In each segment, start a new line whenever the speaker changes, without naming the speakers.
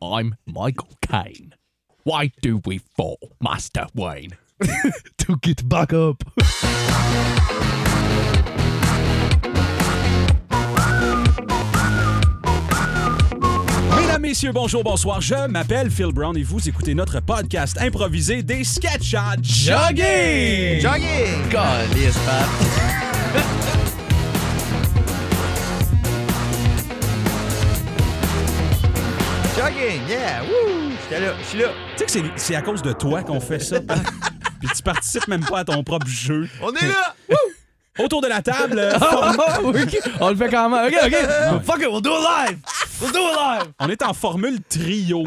I'm Michael Caine. Why do we fall, Master Wayne?
to get back up.
Mesdames, messieurs, bonjour, bonsoir. Je m'appelle Phil Brown et vous écoutez notre podcast improvisé des sketchs à jogging.
Jogging! Calisse, Pat. Jogging, yeah, wouh! J'étais là, je suis là.
Tu sais que c'est- c'est à cause de toi qu'on fait ça. Pat. Puis tu participes même pas à ton propre jeu.
On est là!
Autour de la table, euh,
On le fait quand même. Oh, Ok, ok.
Fuck it, we'll do it live! We'll do it live!
on est en formule trio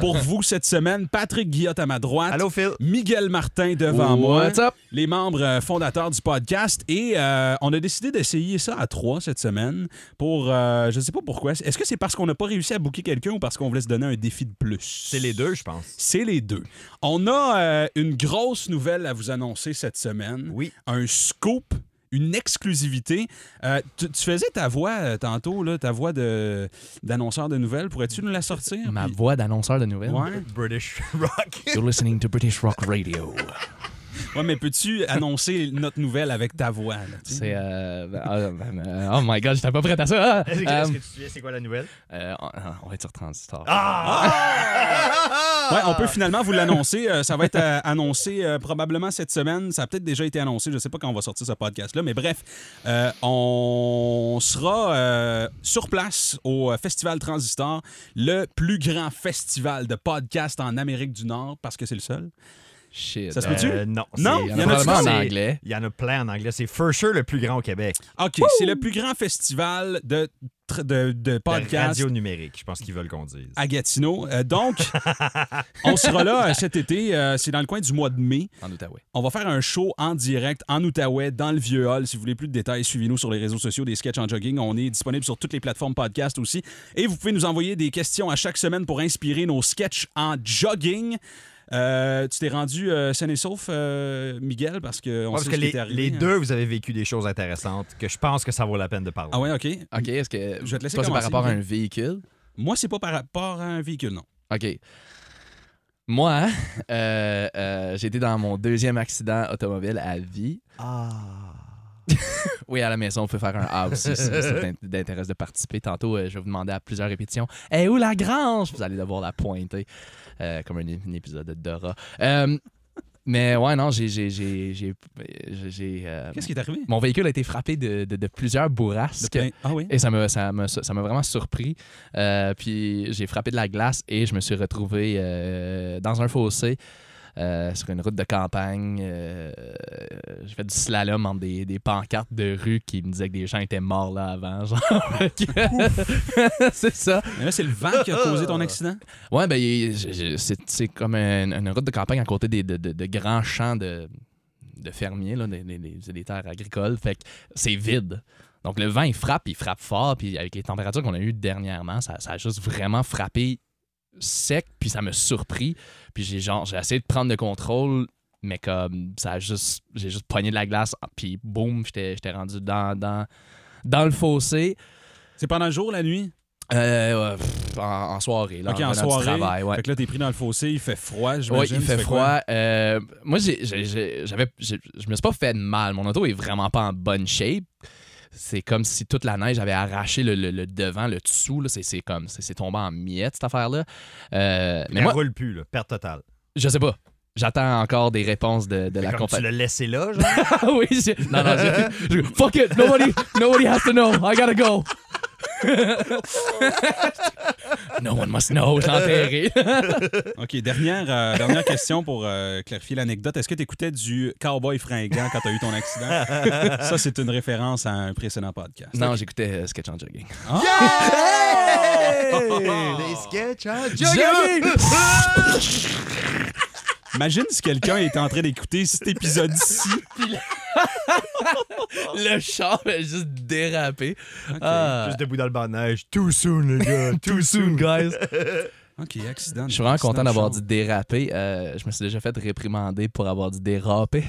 pour vous cette semaine. Patrick Guillotte à ma droite.
Euh. Allô, Phil?
Miguel Martin devant
What's
moi,
up?
les membres euh, fondateurs du podcast. Et euh, on a décidé d'essayer ça à trois cette semaine pour, euh, je ne sais pas pourquoi. Est-ce que c'est parce qu'on n'a pas réussi à booker quelqu'un ou parce qu'on voulait se donner un défi de plus?
C'est les deux, je pense.
C'est les deux. On a euh, une grosse nouvelle à vous annoncer cette semaine.
Oui.
Un scoop, une exclusivité. Euh, tu, tu faisais ta voix euh, tantôt, là, ta voix de- d'annonceur de, nouvelles. Pourrais-tu nous la sortir?
Ma
Puis-
voix d'annonceur de nouvelles.
Ouais.
British Rock.
You're listening to British Rock Radio.
Ouais, mais peux-tu annoncer notre nouvelle avec ta voix? là, tu sais?
C'est. euh, euh, euh, oh my god, j'étais pas prêt à ça. Ah,
Est-ce que,
euh,
est-ce que tu te souviens c'est quoi la nouvelle?
euh, on- on va être sur Transistor.
Ah!
Ah!
Ouais, on peut finalement vous l'annoncer. Euh, ça va être euh, annoncé euh, probablement cette semaine. Ça a peut-être déjà été annoncé. Je ne sais pas quand on va sortir ce podcast-là. Mais bref, euh, on sera euh, sur place au euh, Festival Transistor, le plus grand festival de podcasts en Amérique du Nord, parce que c'est le seul.
Shit.
Ça se peut-tu?
Euh, non.
Non,
c'est-
il
Il
y
y
en
en
a
a
du
probablement en
c'est-
anglais.
Il y en a plein en anglais. C'est for sure le plus grand au Québec.
OK, c'est le plus grand festival de, tr- de, de
La
podcasts
radio numérique, je pense qu'ils veulent qu'on dise.
à Gatineau. Euh, donc, on sera là euh, cet été. Euh, c'est dans le coin du mois de mai.
En Outaouais.
On va faire un show en direct en Outaouais, dans le Vieux Hall. Si vous voulez plus de détails, suivez-nous sur les réseaux sociaux des Sketchs en Jogging. On est disponible sur toutes les plateformes podcast aussi. Et vous pouvez nous envoyer des questions à chaque semaine pour inspirer nos sketchs en jogging. Euh, tu t'es rendu euh, sain et sauf, euh, Miguel, parce que on
Ouais,
sait
parce que
ce qui
les,
t'est arrivé. hein.
les deux, vous avez vécu des choses intéressantes que je pense que ça vaut la peine de parler.
Ah ouais, OK.
Ok, est-ce que.
Je vais te laisser
Toi, c'est par
commencer,
rapport à
Miguel.
un véhicule.
Moi, c'est pas par rapport à un véhicule, non.
OK. Moi, euh, euh, j'ai été dans mon deuxième accident automobile à vie.
Ah!
Oui, à la maison, on peut faire un house si ça vous int- intéresse de participer. Tantôt, euh, je vais vous demander à plusieurs répétitions « Hey, où la grange? » Vous allez devoir la pointer, euh, comme un, é- un épisode de Dora. Euh, mais ouais, non, j'ai... j'ai- j'ai- j'ai- j'ai- j'ai, euh,
Qu'est-ce qui est arrivé?
Mon véhicule a été frappé de, de- de plusieurs bourrasques.
De plein- Ah oui?
Et ça m'a ça m'a- ça m'a vraiment surpris. Euh, puis j'ai frappé de la glace et je me suis retrouvé euh, dans un fossé. euh, sur une route de campagne, Euh, j'ai fait du slalom entre des, des pancartes de rue qui me disaient que des gens étaient morts là avant. genre. c'est ça.
Mais là, c'est le vent qui a causé ton accident?
Ouais, ben, il- je- je- c'est c'est comme une, une route de campagne à côté des, de, de- de grands champs de, de fermiers, là, des, des- des- des terres agricoles. Fait que c'est vide. Donc le vent, il frappe, il frappe fort. Puis avec les températures qu'on a eues dernièrement, ça, ça a juste vraiment frappé sec. Puis ça m'a surpris. Puis j'ai genre, j'ai essayé de prendre le contrôle. Mais comme ça a juste, j'ai juste pogné de la glace, ah, puis boum, j'étais j'étais rendu dans, dans, dans le fossé
C'est pendant le jour, la nuit?
Euh, ouais, pff, en, en soirée, là,
OK,
en,
en
venant du
soirée.
travail. ouais.
Fait que là, t'es pris dans le fossé, il fait froid,
Oui,
j'imagine.
il
Tu
fait
fais quoi?
froid. Euh, moi, j'ai, j'ai- j'ai- j'avais, j'ai- je me suis pas fait de mal. Mon auto est vraiment pas en bonne shape. C'est comme si toute la neige avait arraché le, le- le devant, le dessous. là. C'est, c'est comme, c'est, c'est tombé en miettes, cette affaire-là. Euh, mais
Elle
moi,
roule plus, là. Perte totale.
je sais pas. J'attends encore des réponses de, de la
Comme tu
compagnie.
l'as laissé là, genre.
Ah oui, j'ai- non, non, j'ai- j'ai- fuck it, nobody, nobody has to know, I gotta go. no one must know, je l'ai enterré.
OK, dernière, euh, dernière question pour euh, clarifier l'anecdote. Est-ce que tu écoutais du Cowboy fringant quand tu as eu ton accident? Ça, c'est une référence à un précédent podcast.
Non, j'écoutais euh, Sketch en Jogging.
Hey! Les sketchs, hein? Ah!
Imagine si quelqu'un est en train d'écouter cet épisode-ci.
Le char a juste dérapé. Ah.
Juste debout dans le banc de neige. Too soon, les gars. Too soon, guys.
OK, accident.
Je suis vraiment
Accident
content
de
d'avoir
char.
dit déraper. Euh, je me suis déjà fait réprimander pour avoir dit déraper.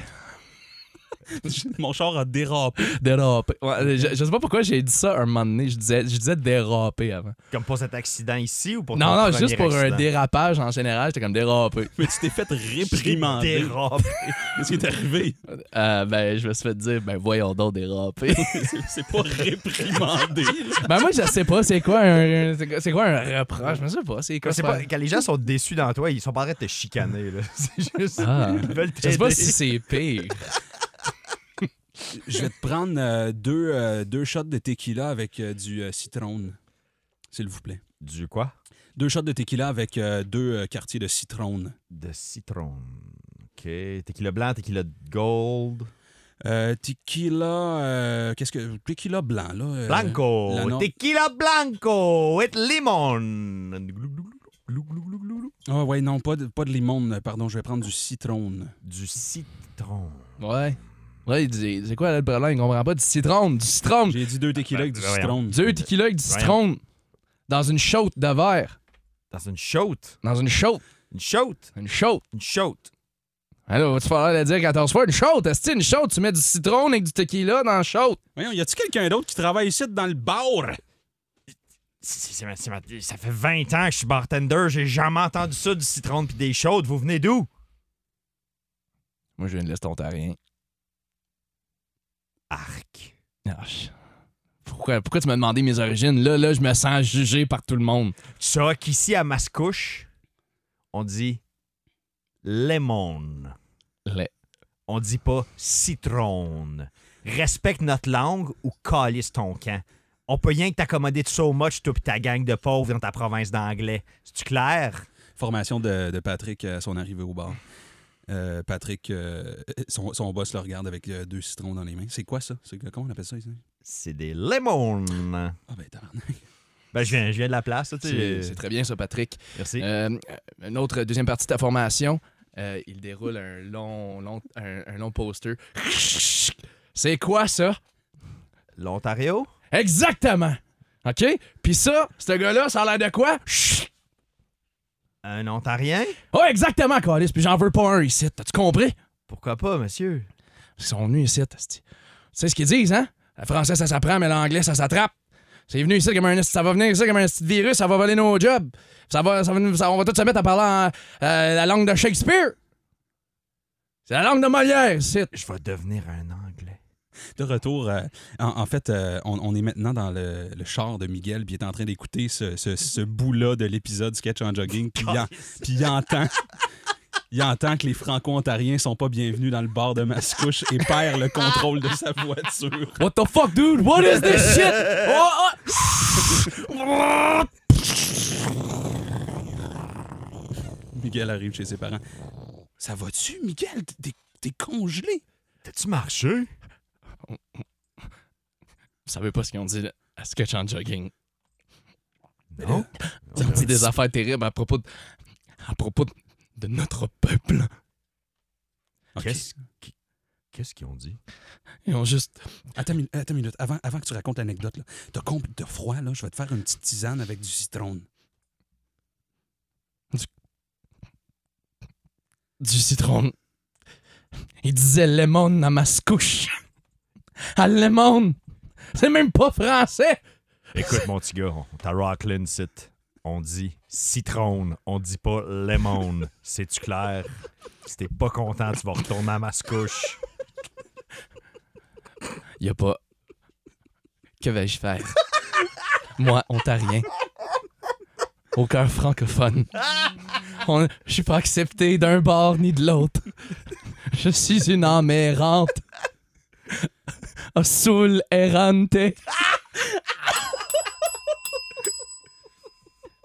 Mon char a dérapé.
Déraper. Ouais, je, je sais pas pourquoi j'ai dit ça un moment donné. Je disais, je disais déraper avant.
Comme pour cet accident ici ou pour
Non,
ton
non, juste
premier
pour un
accident?
dérapage en général, j'étais comme dérapé.
Mais tu t'es fait réprimander.
Dérapé.
Qu'est-ce qui est arrivé?
Euh, ben, je me suis fait dire, ben voyons donc déraper.
C'est- C'est pas réprimandé. là.
ben moi, je sais pas, c'est quoi un, un- c'est quoi- c'est quoi un reproche? Je sais pas, c'est quoi
C'est
faire-
pas- quand les gens sont déçus dans toi, ils sont pas en train de te chicaner. là. C'est juste.
Ah.
Ils veulent
Je sais pas
t'aider.
si c'est pire.
Je vais te prendre euh, deux, euh, deux shots de tequila avec euh, du euh, citron. S'il vous plaît.
Du quoi
Deux shots de tequila avec euh, deux euh, quartiers de citron.
De citron. Ok. Tequila blanc, tequila gold.
Euh, tequila. euh, Qu'est-ce que. Tequila blanc, là. euh,
Blanco.
la non-
Tequila blanco. Et limon. Glou, glou, glou, glou, glou, glou, glou.
Ah, ouais, non, pas de, pas de limone, pardon. Je vais prendre du citron.
Du citron.
Ouais. Ouais, il dit, c'est quoi là, le problème? Il comprend pas du citron, du citron.
J'ai dit deux tequila avec du
Ben, Hum. voyons.
citron.
Deux tequila avec du
Ryan.
citron dans une chaude de verre.
Dans une chaude.
Dans une chaude.
Une chaude.
Une chaude.
Une chaude.
Alors, vas-tu falloir la dire 14 fois? Une chaude, est une chaude? Tu mets du citron avec du tequila dans la chaude.
Voyons, y a-tu quelqu'un d'autre qui travaille ici dans le bar?
C'est- c'est ma- c'est ma- ça fait 20 ans que je suis bartender, j'ai jamais entendu ça du citron puis des chaudes. Vous venez d'où?
Moi, je viens de l'Est ontarien.
Arc.
Ah, je- Pourquoi, pourquoi tu m'as demandé mes origines? Là, là, je me sens jugé par tout le monde.
Tu sauras qu'ici à Mascouche, on dit lemon.
Le-
On dit pas citron. Respecte notre langue ou calisse ton camp. On peut rien que t'accommoder de so much, toi pis ta gang de pauvres dans ta province d'anglais. C'est-tu clair?
Formation de, de Patrick à son arrivée au bar. Euh, Patrick, euh, son, son boss le regarde avec euh, deux citrons dans les mains. C'est quoi ça? C'est, comment on appelle ça ici?
C'est des lemons.
Ah ben, t'as
Ben, je viens, je viens de la place, là, tu
C'est
sais.
c'est très bien ça, Patrick.
Merci.
Euh, une autre deuxième partie de ta formation, euh, il déroule un long, long, un, un long poster. C'est quoi ça?
L'Ontario?
Exactement! OK? Puis ça, ce gars-là, ça a l'air de quoi? Chut!
Un Ontarien?
Oh, exactement, Calis. Puis j'en veux pas un ici. T'as-tu compris?
Pourquoi pas, monsieur?
Ils sont venus ici. asti. Tu sais ce qu'ils disent, hein? Le français, ça s'apprend, mais l'anglais, ça s'attrape. C'est venu ici comme un esti- ça va venir ici comme un esti de virus, ça va voler nos jobs. Ça va, ça va nous- ça- on va tous se mettre à parler en, euh, la langue de Shakespeare. C'est la langue de Molière, ici.
Je vais devenir un Anglais.
De retour, euh, en, en fait, euh, on, on est maintenant dans le, le char de Miguel, puis il est en train d'écouter ce, ce- ce bout-là de l'épisode Sketch en Jogging, puis il, en- puis il entend... Il entend que les Franco-Ontariens sont pas bienvenus dans le bar de Mascouche et perd le contrôle de sa voiture.
What the fuck, dude? What is this shit? Oh, oh.
Miguel arrive chez ses parents. Ça va-tu, Miguel? T'es- T'es congelé?
T'as-tu marché?
Vous savez pas ce qu'ils ont dit là, à Sketch en Jogging.
Non.
Ils ont dit des affaires terribles à propos de, à propos de- de notre peuple.
Ok.
Qu'est-ce qu'- qu'est-ce qu'ils ont dit?
Ils ont juste
Attends, une- attends une minute. Avant, avant que tu racontes l'anecdote, là, t'as compl- t'as froid, là, je vais te faire une petite tisane avec du citron.
du citron. Il disait lemon à ma couche. À lemon. C'est même pas français.
Écoute, mon petit gars, on- t'as Rockland site. On dit citron, on dit pas lemon. C'est-tu clair? Si t'es pas content, tu vas retourner à Mascouche.
Y a pas. Que vais-je faire? Moi, ontarien. Au cœur francophone. On- Je suis pas accepté d'un bord ni de l'autre. Je suis une âme errante. Osul errante.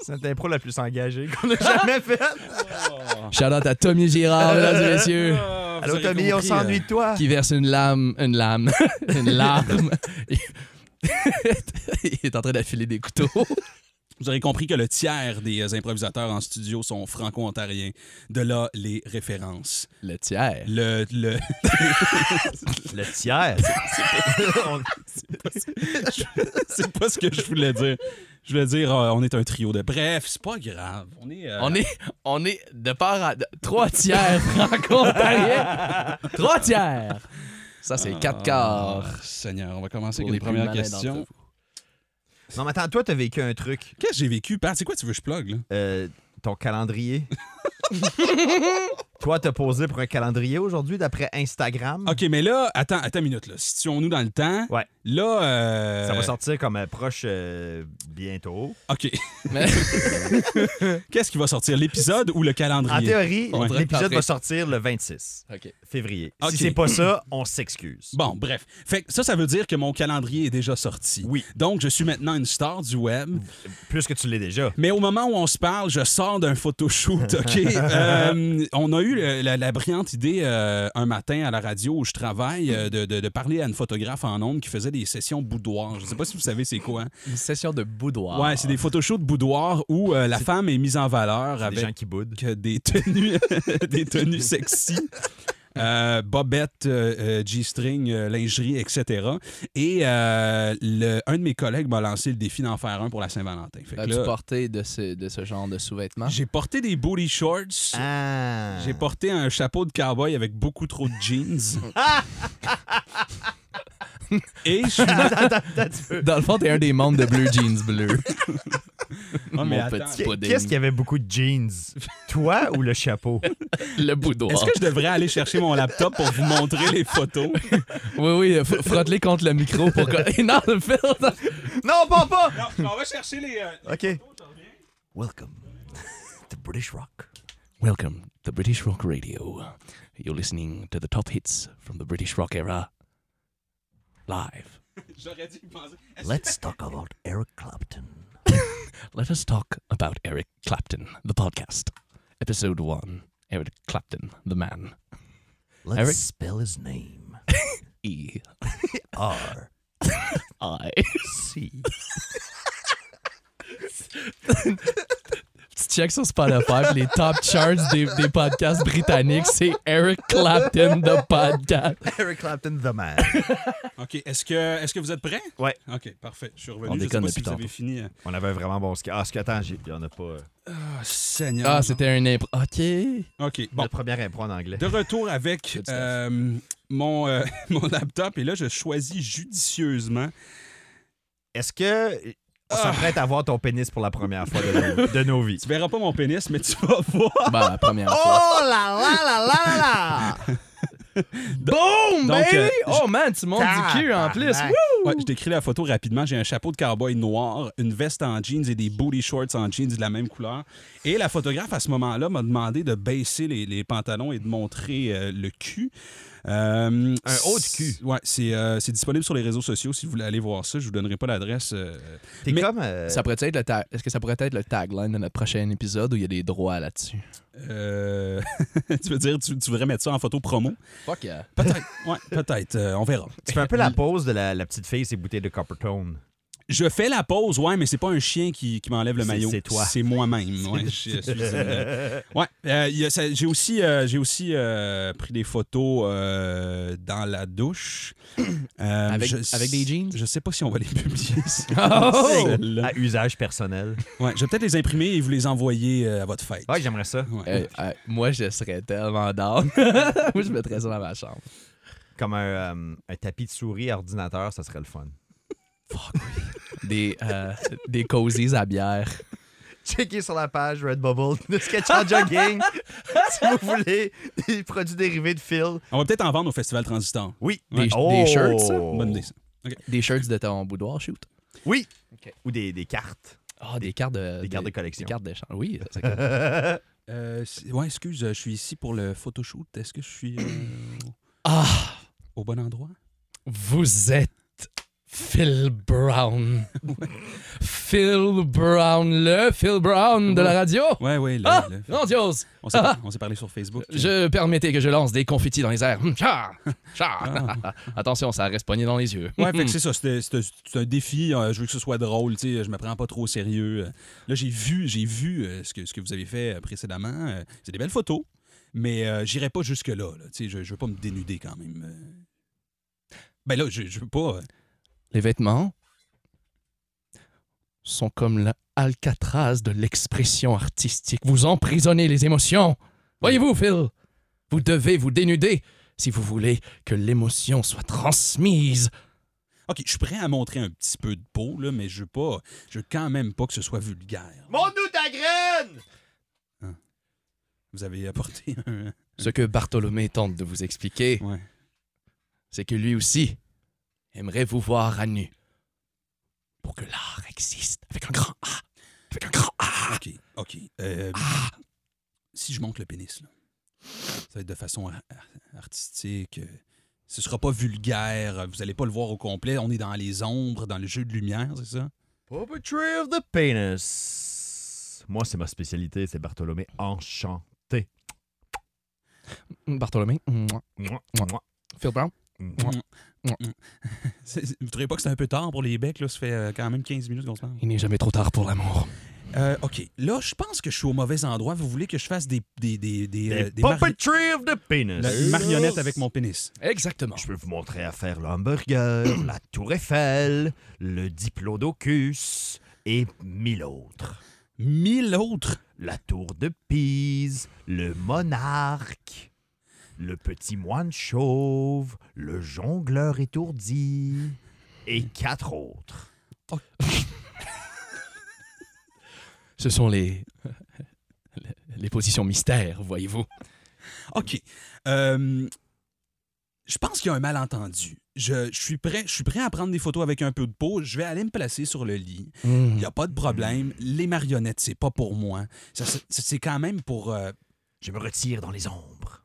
C'est notre impro la plus engagée qu'on a jamais faite.
Shout out à Tommy Girard, mesdames et messieurs.
Euh, Allô, Tommy, on s'ennuie de toi.
qui verse une lame, une lame, une larme. Il est en train d'affiler des couteaux.
Vous aurez compris que le tiers des euh, improvisateurs en studio sont franco-ontariens. De là, les références.
Le tiers.
Le, le-
Le tiers. On-
c'est pas ce que je voulais dire. Je voulais dire, euh, on est un trio de... Bref, c'est pas grave. On est... euh,
On est, on est de part à de- trois tiers franco-ontariens. trois tiers. Ça, c'est 4
Ah,
quarts.
Seigneur, on va commencer
pour
avec
les
une
plus
première
malins d'entre
question.
vous.
Non, mais attends, toi, t'as vécu un truc.
Qu'est-ce que j'ai vécu? Pat, c'est quoi tu veux que je plug, là?
Euh, ton calendrier. toi, t'as posé pour un calendrier aujourd'hui d'après Instagram.
OK, mais là, attends, attends une minute, là. Situons-nous dans le temps.
Ouais.
Là, euh,
Ça va sortir comme euh, proche euh, bientôt.
OK.
Mais
Qu'est-ce qui va sortir, l'épisode ou le
En
calendrier?
théorie,
On devrait
l'épisode
parler.
va sortir le 26
OK.
février.
Ok.
Si c'est pas ça, on s'excuse.
Bon, bref. Fait que ça, ça veut dire que mon calendrier est déjà sorti.
Oui.
Donc, je suis maintenant une star du web.
Plus que tu l'es déjà.
Mais au moment où on se parle, je sors d'un photoshoot, OK? Euh, on a eu le- la, la brillante idée euh, un matin à la radio où je travaille euh, de, de- de parler à une photographe en ondes qui faisait des sessions boudoir. Je sais pas si vous savez c'est quoi. hein.
Une session de boudoir.
Ouais, c'est des photoshoots boudoir où euh, la femme est mise en valeur
Des
avec
gens qui boudent.
que des tenues, des tenues sexy. euh, bobette, euh, euh, G-string, euh, lingerie, etc. Et euh, le- un de mes collègues m'a lancé le défi d'en faire un pour la Saint-Valentin. Fait que
As-tu hein?
là,
porté de ce, de ce genre de sous-vêtements?
j'ai porté des booty shorts.
Ah.
J'ai porté un chapeau de cowboy avec beaucoup trop de jeans. Et je suis.
Ah,
Attends, attends, tu peux-
Dans le fond, t'es un des membres de Blue Jeans Bleu.
Oh, mais
Mon
attends.
petit pudding.
Qu'est-ce qu'il y avait beaucoup de jeans? Toi ou le chapeau?
Le boudoir.
Est-ce que je devrais aller chercher mon laptop pour vous montrer les photos?
Oui, oui, euh, fr- frotte-les contre le micro pour que. non, le fil.
Non, pas pas!
Non, on va chercher les. euh,
OK. Welcome to British Rock.
Welcome to British Rock Radio. You're listening to the top hits from the British Rock era. Live.
J'aurais dû y penser.
Let's talk about Eric Clapton.
Let us talk about Eric Clapton, the podcast. Episode 1 Eric Clapton, the man.
Let's
Eric?
spell his name.
E.
R.
I.
C.
Tu check sur Spotify, puis les top charts des, des podcasts britanniques, c'est Eric Clapton, the podcast.
Eric Clapton, the man.
OK, est-ce que, est-ce que vous êtes prêts?
Ouais.
OK, parfait. Je suis revenu.
On
je sais
déconne
pas si
depuis
vous avez
tantôt.
fini. euh.
On avait un vraiment bon ski. Ah, ce que attends, j'ai- il y en a pas. euh,
Ah, Seigneur.
Ah, c'était un impro. OK.
OK, bon.
La première impro en anglais.
De retour avec
stuff.
euh, mon, euh, mon laptop. Et là, je choisis judicieusement.
Est-ce que on s'apprête à voir ton pénis pour la première fois de nos, de nos vies?
Tu verras pas mon pénis, mais tu vas voir.
Bah, la première fois.
Oh là là là là là là!
Boom,
Donc,
baby!
euh,
oh man, tu montes du cul en plus.
Tabarnak.
Ouais, je décris la photo rapidement. J'ai un chapeau de cowboy noir, une veste en jeans et des booty shorts en jeans de la même couleur. Et la photographe, à ce moment-là, m'a demandé de baisser les, les pantalons et de montrer euh, le cul. Euh,
Un haut de cul.
Ouais, c'est euh, c'est disponible sur les réseaux sociaux si vous voulez aller voir ça. Je vous donnerai pas l'adresse. euh,
T'es
Mais-
comme. euh,
Ça pourrait être le ta- Est-ce que ça pourrait être le tagline de notre prochain épisode où il y a des droits là-dessus?
euh, tu veux dire, tu, tu voudrais mettre ça en photo promo?
Fuck yeah.
Peut-être. ouais, peut-être. Euh, on verra.
Tu fais un peu la pose de la, la petite fille, ses bouteilles de Coppertone.
Je fais la pause, ouais, mais c'est pas un chien qui, qui m'enlève le
C'est-
maillot.
c'est toi.
C'est moi-même. Ouais, je suis- ouais. euh, il y a ça- j'ai aussi, euh, j'ai aussi euh, pris des photos euh, dans la douche. Euh,
Avec- avec des jeans?
Je sais pas si on va les publier. ça.
Oh!
Celle-là.
À usage personnel.
Ouais, je vais peut-être les imprimer et vous les envoyer euh, à votre fête.
Ouais, j'aimerais ça.
Ouais.
Euh, euh, moi, je serais tellement down. moi, je mettrais ça dans ma chambre.
Comme un, euh, un tapis de souris à ordinateur, ça serait le fun.
Des, euh, des cozies à bière.
Checkez sur la page Redbubble de Sketch en Jogging si vous voulez des produits dérivés de Phil.
On va peut-être en vendre au Festival Transistor.
Oui.
Des- des shirts, ça?
Bonne idée, ça.
Des shirts de ton boudoir, shoot.
Oui.
Ok.
Ou des, des cartes.
Ah, des cartes de...
Des cartes de
Des
collection.
cartes d'échange. Oui, ça compte.
Euh, c'est- ouais, excuse, je suis ici pour le photoshoot. Est-ce que je suis euh,
Ah,
au bon endroit?
vous êtes Phil Brown. Phil Brown, le Phil Brown de la radio.
Ouais, ouais. le-
Ah,
le-
grandiose.
On s'est on s'est parlé sur Facebook.
Je permettais que je lance des confettis dans les airs. Hum, cha, cha. Attention, ça reste poigné dans les yeux.
Ouais, fait que c'est ça, c'était- c'était- c'est un défi. euh, je veux que ce soit drôle, tu sais, je me prends pas trop au sérieux. euh. Là, j'ai vu, j'ai vu euh, ce, que, ce que vous avez fait euh, précédemment. euh, c'est des belles photos, mais euh, j'irai pas jusque-là. là, tu sais, je, je veux pas me dénuder quand même. euh. Ben là, je, je veux pas. euh,
Les vêtements sont comme la Alcatraz de l'expression artistique. Vous emprisonnez les émotions. Voyez-vous, Phil, vous devez vous dénuder si vous voulez que l'émotion soit transmise.
OK, je suis prêt à montrer un petit peu de peau, là, mais je veux pas. Je veux quand même pas que ce soit vulgaire.
Montre-nous ta graine!
Vous avez apporté un.
Ce que Bartholomé tente de vous expliquer,
Ouais.
c'est que lui aussi aimerait vous voir à nu. Pour que l'art existe avec un grand A. Avec un grand A.
OK, OK. Euh, Si je monte le pénis, là, ça va être de façon ar- ar- artistique. euh, Ce sera pas vulgaire. euh, Vous allez pas le voir au complet. On est dans les ombres, dans le jeu de lumière, c'est ça?
Puppetry of the penis. Moi, c'est ma spécialité, c'est Bartholomé enchanté.
Bartholomé, mouah.
Mouah, mouah.
Phil Brown.
Euh, C'est- c'est- Vous trouvez pas que c'est un peu tard pour les becs? Là? Ça fait euh, quand même 15 minutes qu'on se parle.
Il n'est jamais trop tard pour l'amour.
Euh, OK. Là, je pense que je suis au mauvais endroit. Vous voulez que je fasse des, des, des, des, euh, des mari-
Puppetry of the penis.
la- une marionnette avec mon pénis.
Exactement.
Je peux vous montrer à faire le hamburger, la tour Eiffel, le diplodocus et mille autres.
Mille autres.
La tour de Pise, le monarque, le petit moine chauve, le jongleur étourdi et quatre autres.
Ce sont les. les positions mystères, voyez-vous.
OK. Euh, je pense qu'il y a un malentendu. Je, je suis prêt, je suis prêt à prendre des photos avec un peu de peau. Je vais aller me placer sur le lit.
Hmm.
Il n'y a pas de problème. Les marionnettes, c'est pas pour moi. Ça, c'est- c'est quand même pour. euh,
Je me retire dans les ombres.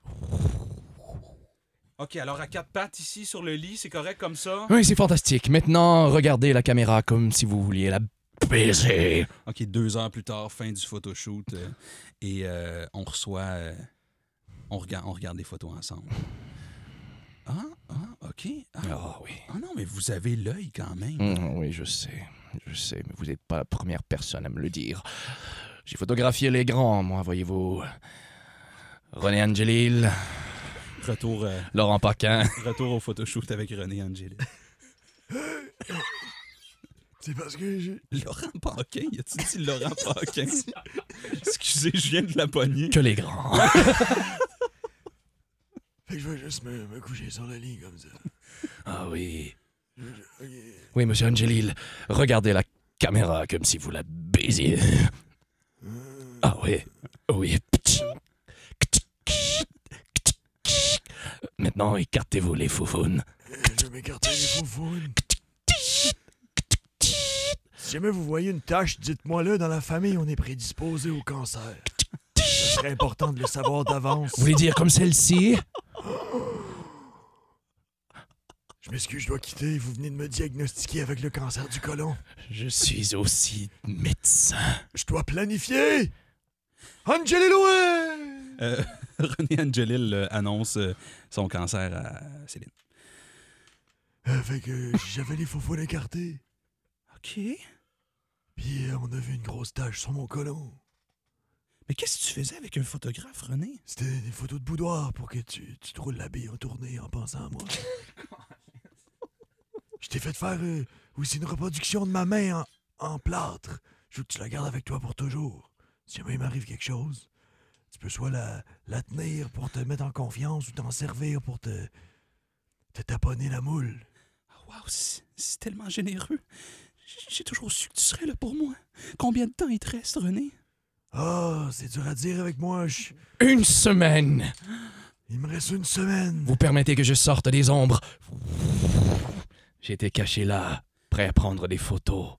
OK, alors à quatre pattes ici sur le lit, c'est correct comme ça?
Oui, c'est fantastique. Maintenant, regardez la caméra comme si vous vouliez la baiser.
OK, deux heures plus tard, fin du photoshoot. euh, et euh, on reçoit. euh, on, regarde, on regarde des photos ensemble. Ah, ah, OK. Ah,
Ah oui.
ah non, mais vous avez l'œil quand même.
Mm, oui, je sais. Je sais, mais vous n'êtes pas la première personne à me le dire. J'ai photographié les grands, moi, voyez-vous. René Angelil,
Retour. euh,
Laurent Paquin.
Retour au photoshoot avec René Angelil.
C'est parce que j'ai...
Laurent Paquin? Y a-tu dit Laurent Paquin? Excusez, je viens de la pogner.
Que les grands.
Fait que je vais juste me, coucher sur le lit comme ça.
Ah oui. Oui, monsieur Angelil, regardez la caméra comme si vous la baisiez.
Euh.
Ah oui. Oui. Maintenant, écartez-vous les foufounes.
Je vais m'écarter les foufounes. Si jamais vous voyez une tache, dites-moi le dans la famille, on est prédisposé au cancer. Ce serait important de le savoir d'avance.
Vous voulez dire comme celle-ci
Je m'excuse, je dois quitter. Vous venez de me diagnostiquer avec le cancer du côlon.
Je suis aussi médecin.
Je dois planifier. Angelilou!
Euh, René Angelil euh, annonce euh, son cancer à Céline.
Euh, fait que euh, j'avais les foufounes écartés.
OK.
Puis euh, on a vu une grosse tache sur mon côlon.
Mais qu'est-ce que tu faisais avec un photographe, René?
C'était des photos de boudoir pour que tu, tu te roules la bille en tournée en pensant à moi. Je t'ai fait faire euh, aussi une reproduction de ma main en, en plâtre. Je veux que tu la gardes avec toi pour toujours. Si jamais il m'arrive quelque chose, tu peux soit la, la tenir pour te mettre en confiance ou t'en servir pour te, te taponner la moule.
Wow, c'est c'est tellement généreux. J- J'ai toujours su que tu serais là pour moi. Combien de temps il te reste, René?
Ah, c'est dur à dire avec moi. je-
Une semaine
Il me reste une semaine.
Vous permettez que je sorte des ombres J'étais caché là, prêt à prendre des photos,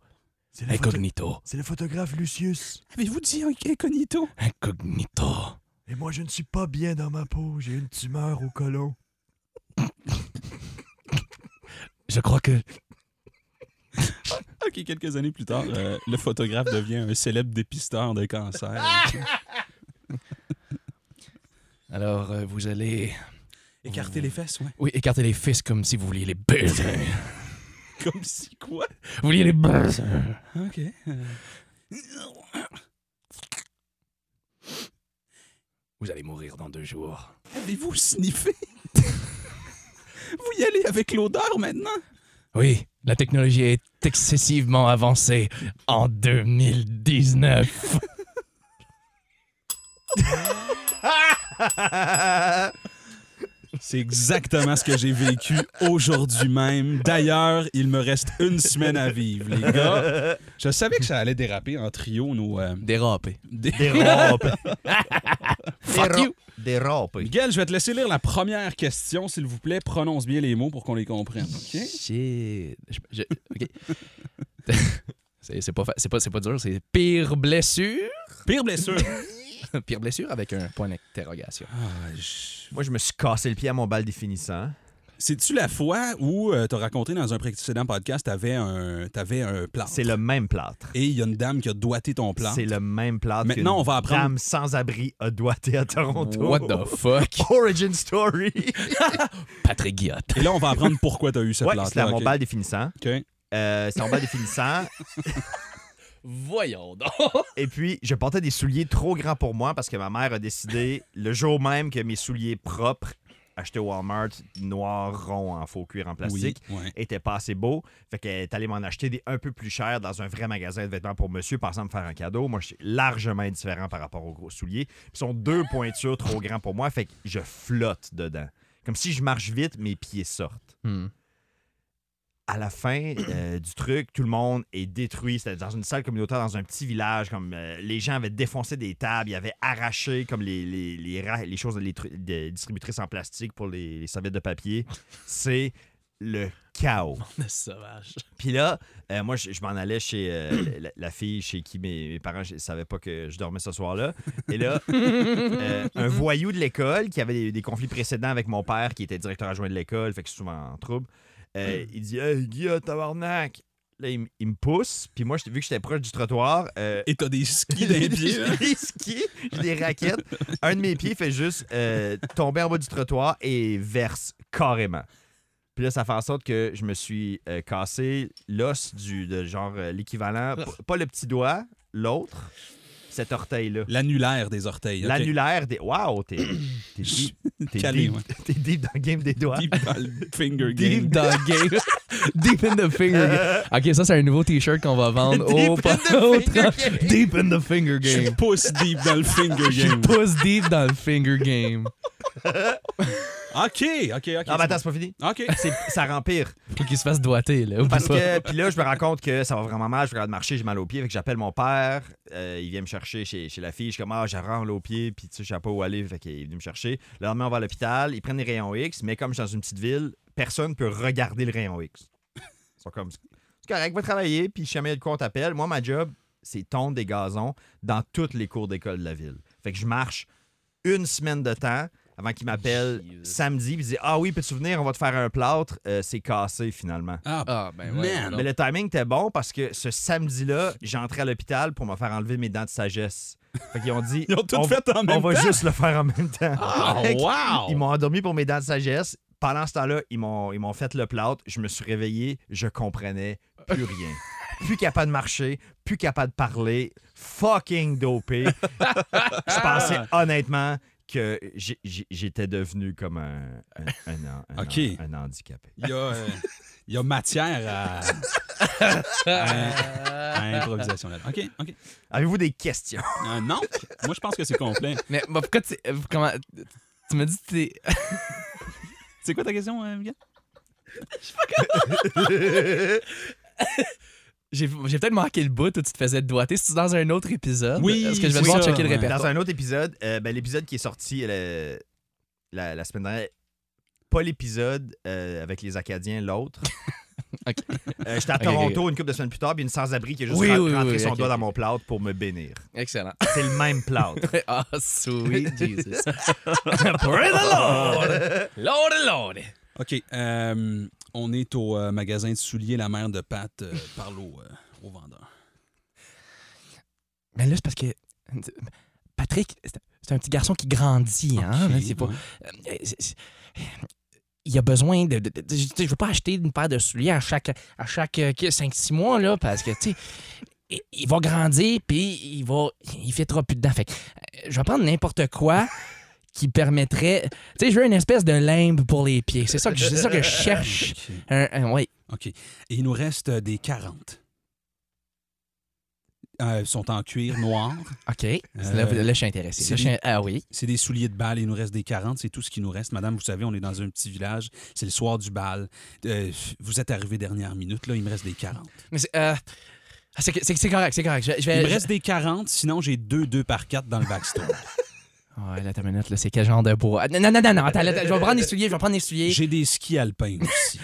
C'est le, photo-
incognito.
c'est le photographe Lucius.
Avez-vous dit un incognito?
Incognito.
Et moi, je ne suis pas bien dans ma peau. J'ai une tumeur au côlon.
Je crois que
OK, quelques années plus tard, euh, le photographe devient un célèbre dépisteur de cancer.
Alors, euh, vous allez.
Écarter les fesses, ouais.
Oui, écarter les fesses comme si vous vouliez les baiser.
Comme si quoi? Euh,
vous vouliez les baiser.
OK.
Vous allez mourir dans deux jours.
Avez-vous sniffé? Vous y allez avec l'odeur maintenant?
Oui, la technologie est excessivement avancée en 2019.
C'est exactement ce que j'ai vécu aujourd'hui même. D'ailleurs, il me reste une semaine à vivre, les gars. Je savais que ça allait déraper en trio, nos... euh,
Dérapé.
dé-
Dérape.
Fuck you!
Dérape.
Miguel, je vais te laisser lire la première question, s'il vous plaît. Prononce bien les mots pour qu'on les comprenne, OK?
Shit. Je- je- ok. c'est c'est pas, fa- c'est pas, c'est pas dur, c'est pire blessure.
Pire blessure.
Pire blessure avec un point d'interrogation.
Moi, je me suis cassé le pied à mon bal définissant.
C'est-tu la fois où euh, t'as raconté dans un précédent podcast, t'avais un, t'avais un plâtre?
C'est le même plâtre.
Et il y a une dame qui a doigté ton plâtre.
C'est le même plâtre.
Maintenant,
qu'une
on va apprendre-
Dame sans abri a doigté à Toronto.
What the fuck?
Origin story.
Patrick Guillotte.
Et là, on va apprendre pourquoi t'as eu ce
ouais,
plâtre.
c'est à mon bal définissant.
OK.
Euh, c'est à mon bal définissant.
Voyons donc.
Et puis, je portais des souliers trop grands pour moi parce que ma mère a décidé, le jour même que mes souliers propres, achetés au Walmart, noirs, ronds, en faux cuir, en
Oui,
plastique,
ouais.
était pas assez beau. Fait qu'elle est allée m'en acheter des un peu plus chers dans un vrai magasin de vêtements pour monsieur, pensant me faire un cadeau. Moi, je suis largement indifférent par rapport aux gros souliers. Puis Ils sont deux pointures trop grands pour moi, fait que je flotte dedans. Comme si je marche vite, mes pieds sortent.
Hmm.
À la fin euh, du truc, tout le monde est détruit. C'était dans une salle communautaire, dans un petit village. Comme euh, les gens avaient défoncé des tables, ils avaient arraché comme les, les, les, ra- les choses des distributrices en plastique pour les- les serviettes de papier. C'est le chaos.
sauvage.
Puis là, euh, moi, je, je m'en allais chez euh, la, la fille chez qui mes, mes parents ne savaient pas que je dormais ce soir-là. Et là, euh, un voyou de l'école qui avait des, des conflits précédents avec mon père, qui était directeur adjoint de l'école, fait que je suis souvent en trouble, euh, il dit Hey, Guillaume, tabarnak Là, il, m- il me pousse. Puis moi, j'étais- vu que j'étais proche du trottoir, euh,
Et t'as des skis dans les pieds. hein?
j'ai des skis, j'ai des raquettes. Un de mes pieds fait juste euh, tomber en bas du trottoir et verse carrément. Puis là, ça fait en sorte que je me suis euh, cassé l'os du de genre euh, l'équivalent, p-
Ah.
pas le petit doigt, l'autre, cet orteil-là.
L'annulaire des orteils. OK.
L'annulaire des. Waouh, t'es. T'es deep, t'es
Calé,
deep-
ouais.
t'es deep dans le game des doigts.
Deep dans le finger
Deep
game.
dans game. Deep in the finger game. Ok, ça, c'est un nouveau t-shirt qu'on va vendre au
Deep in the finger game.
Deep in the finger
Je
game.
pousse deep dans le finger
Je
game.
pousse deep dans le finger game.
OK, OK, OK.
Non, mais Ah, ben attends, c'est pas fini.
OK.
C'est- Ça rend pire.
Faut qu'il se fasse doiter, là. oublie
Parce
pas.
que, puis là, je me rends compte que ça va vraiment mal. Je regarde marcher, j'ai mal aux pieds. Fait que j'appelle mon père. euh, il vient me chercher chez, chez la fille. Je suis comme, ah, j'ai mal aux pieds. Puis tu sais, je sais pas où aller. Fait qu'il est venu me chercher. Le lendemain, on va à l'hôpital. Ils prennent les rayons X. Mais comme je suis dans une petite ville, personne peut regarder le rayon X. Ils sont comme, c'est correct, va travailler. Puis si jamais il y a de quoi, on t'appelle. Moi, ma job, c'est tondre des gazons dans toutes les cours d'école de la ville. Fait que je marche une semaine de temps avant qu'il m'appelle samedi. Puis il dit, ah oui, peux-tu venir? On va te faire un plâtre. Euh, c'est cassé finalement.
Ah,
Ah, ben ouais.
Man,
Mais le timing était bon parce que ce samedi-là, j'entrais à l'hôpital pour me faire enlever mes dents de sagesse. Fait qu'ils ont dit
Ils ont tout
on,
fait en
on
même
va
temps.
juste le faire en même temps.
Ah,
Fait que
wow!
Ils m'ont endormi pour mes dents de sagesse. Pendant ce temps-là, ils m'ont, ils m'ont fait le plâtre. Je me suis réveillé, je comprenais plus rien. Plus capable de marcher, plus capable de parler, fucking dopé. je pensais honnêtement que j'ai- j'ai- j'étais devenu comme un, un, un- un-
Ok.
un handicapé.
Il y a, euh, il y a matière à,
euh,
à- à improvisation là OK, OK.
Avez-vous des questions?
Euh, non, moi, je pense que c'est complet.
Mais bah, pourquoi tu. euh, Comment. Tu m'as dit que t'es.
C'est quoi ta question, euh, Miguel?
J'ai j'ai peut-être manqué le bout où tu te faisais doiter. C'est dans un autre épisode.
Oui,
Est-ce que je vais
c'est
devoir
ça,
checker le
ouais.
répertoire?
Dans un autre épisode, euh, ben, l'épisode qui est sorti euh, la, la semaine dernière, pas l'épisode euh, avec les Acadiens, l'autre.
Ok.
Euh, J'étais à
Ok,
Toronto une couple de semaines plus tard, puis une sans-abri qui a juste
Oui,
ra-
oui,
rentré
oui,
son
ok,
doigt
ok.
dans mon plâtre pour me bénir.
Excellent.
C'est le même plâtre.
Ah, sweet Jesus. Pray the Lord. Lord, Lord.
OK, euh, on est au euh, magasin de souliers La Mère de Pat. euh, parle au, euh, au vendeur.
Mais là, c'est parce que. Patrick, c'est- c'est un petit garçon qui grandit, hein?
Ah,
OK,
Là, c'est pas-
ouais.
Euh, c'est- c'est- Il a besoin de. de- de- de- je je veux pas acheter une paire de souliers à chaque, à chaque euh, 5-6 mois, là, parce que, tu sais, il, il va grandir, puis il va. Il fêtera plus dedans. Fait que, euh, je vais prendre n'importe quoi qui permettrait. Tu sais, je veux une espèce de limbe pour les pieds. C'est ça que, c'est ça que je
Ah,
cherche.
OK.
Un, un- ouais.
OK. Et il nous reste euh, des 40. euh, sont en cuir noir.
OK. Là,
Euh,
là, je suis intéressé.
c'est
Là, je suis- Ah oui.
C'est des souliers de bal. Il nous reste des 40. C'est tout ce qui nous reste. Madame, vous savez, on est dans un petit village. C'est le soir du bal. Euh, vous êtes arrivé dernière minute. Là, il me reste des 40.
Mais c'est, euh, c'est, que- c'est, c'est correct, c'est correct. Je, Euh, je vais,
Il me reste des 40. Sinon, j'ai deux 2 par 4 dans le backstore.
je- Ouais, là, ta minute, là, c'est quel genre de bois? Ah, Non, non, non, non, non, attends, là, attends, je vais prendre des souliers, je vais prendre des souliers.
j'ai des skis alpins aussi.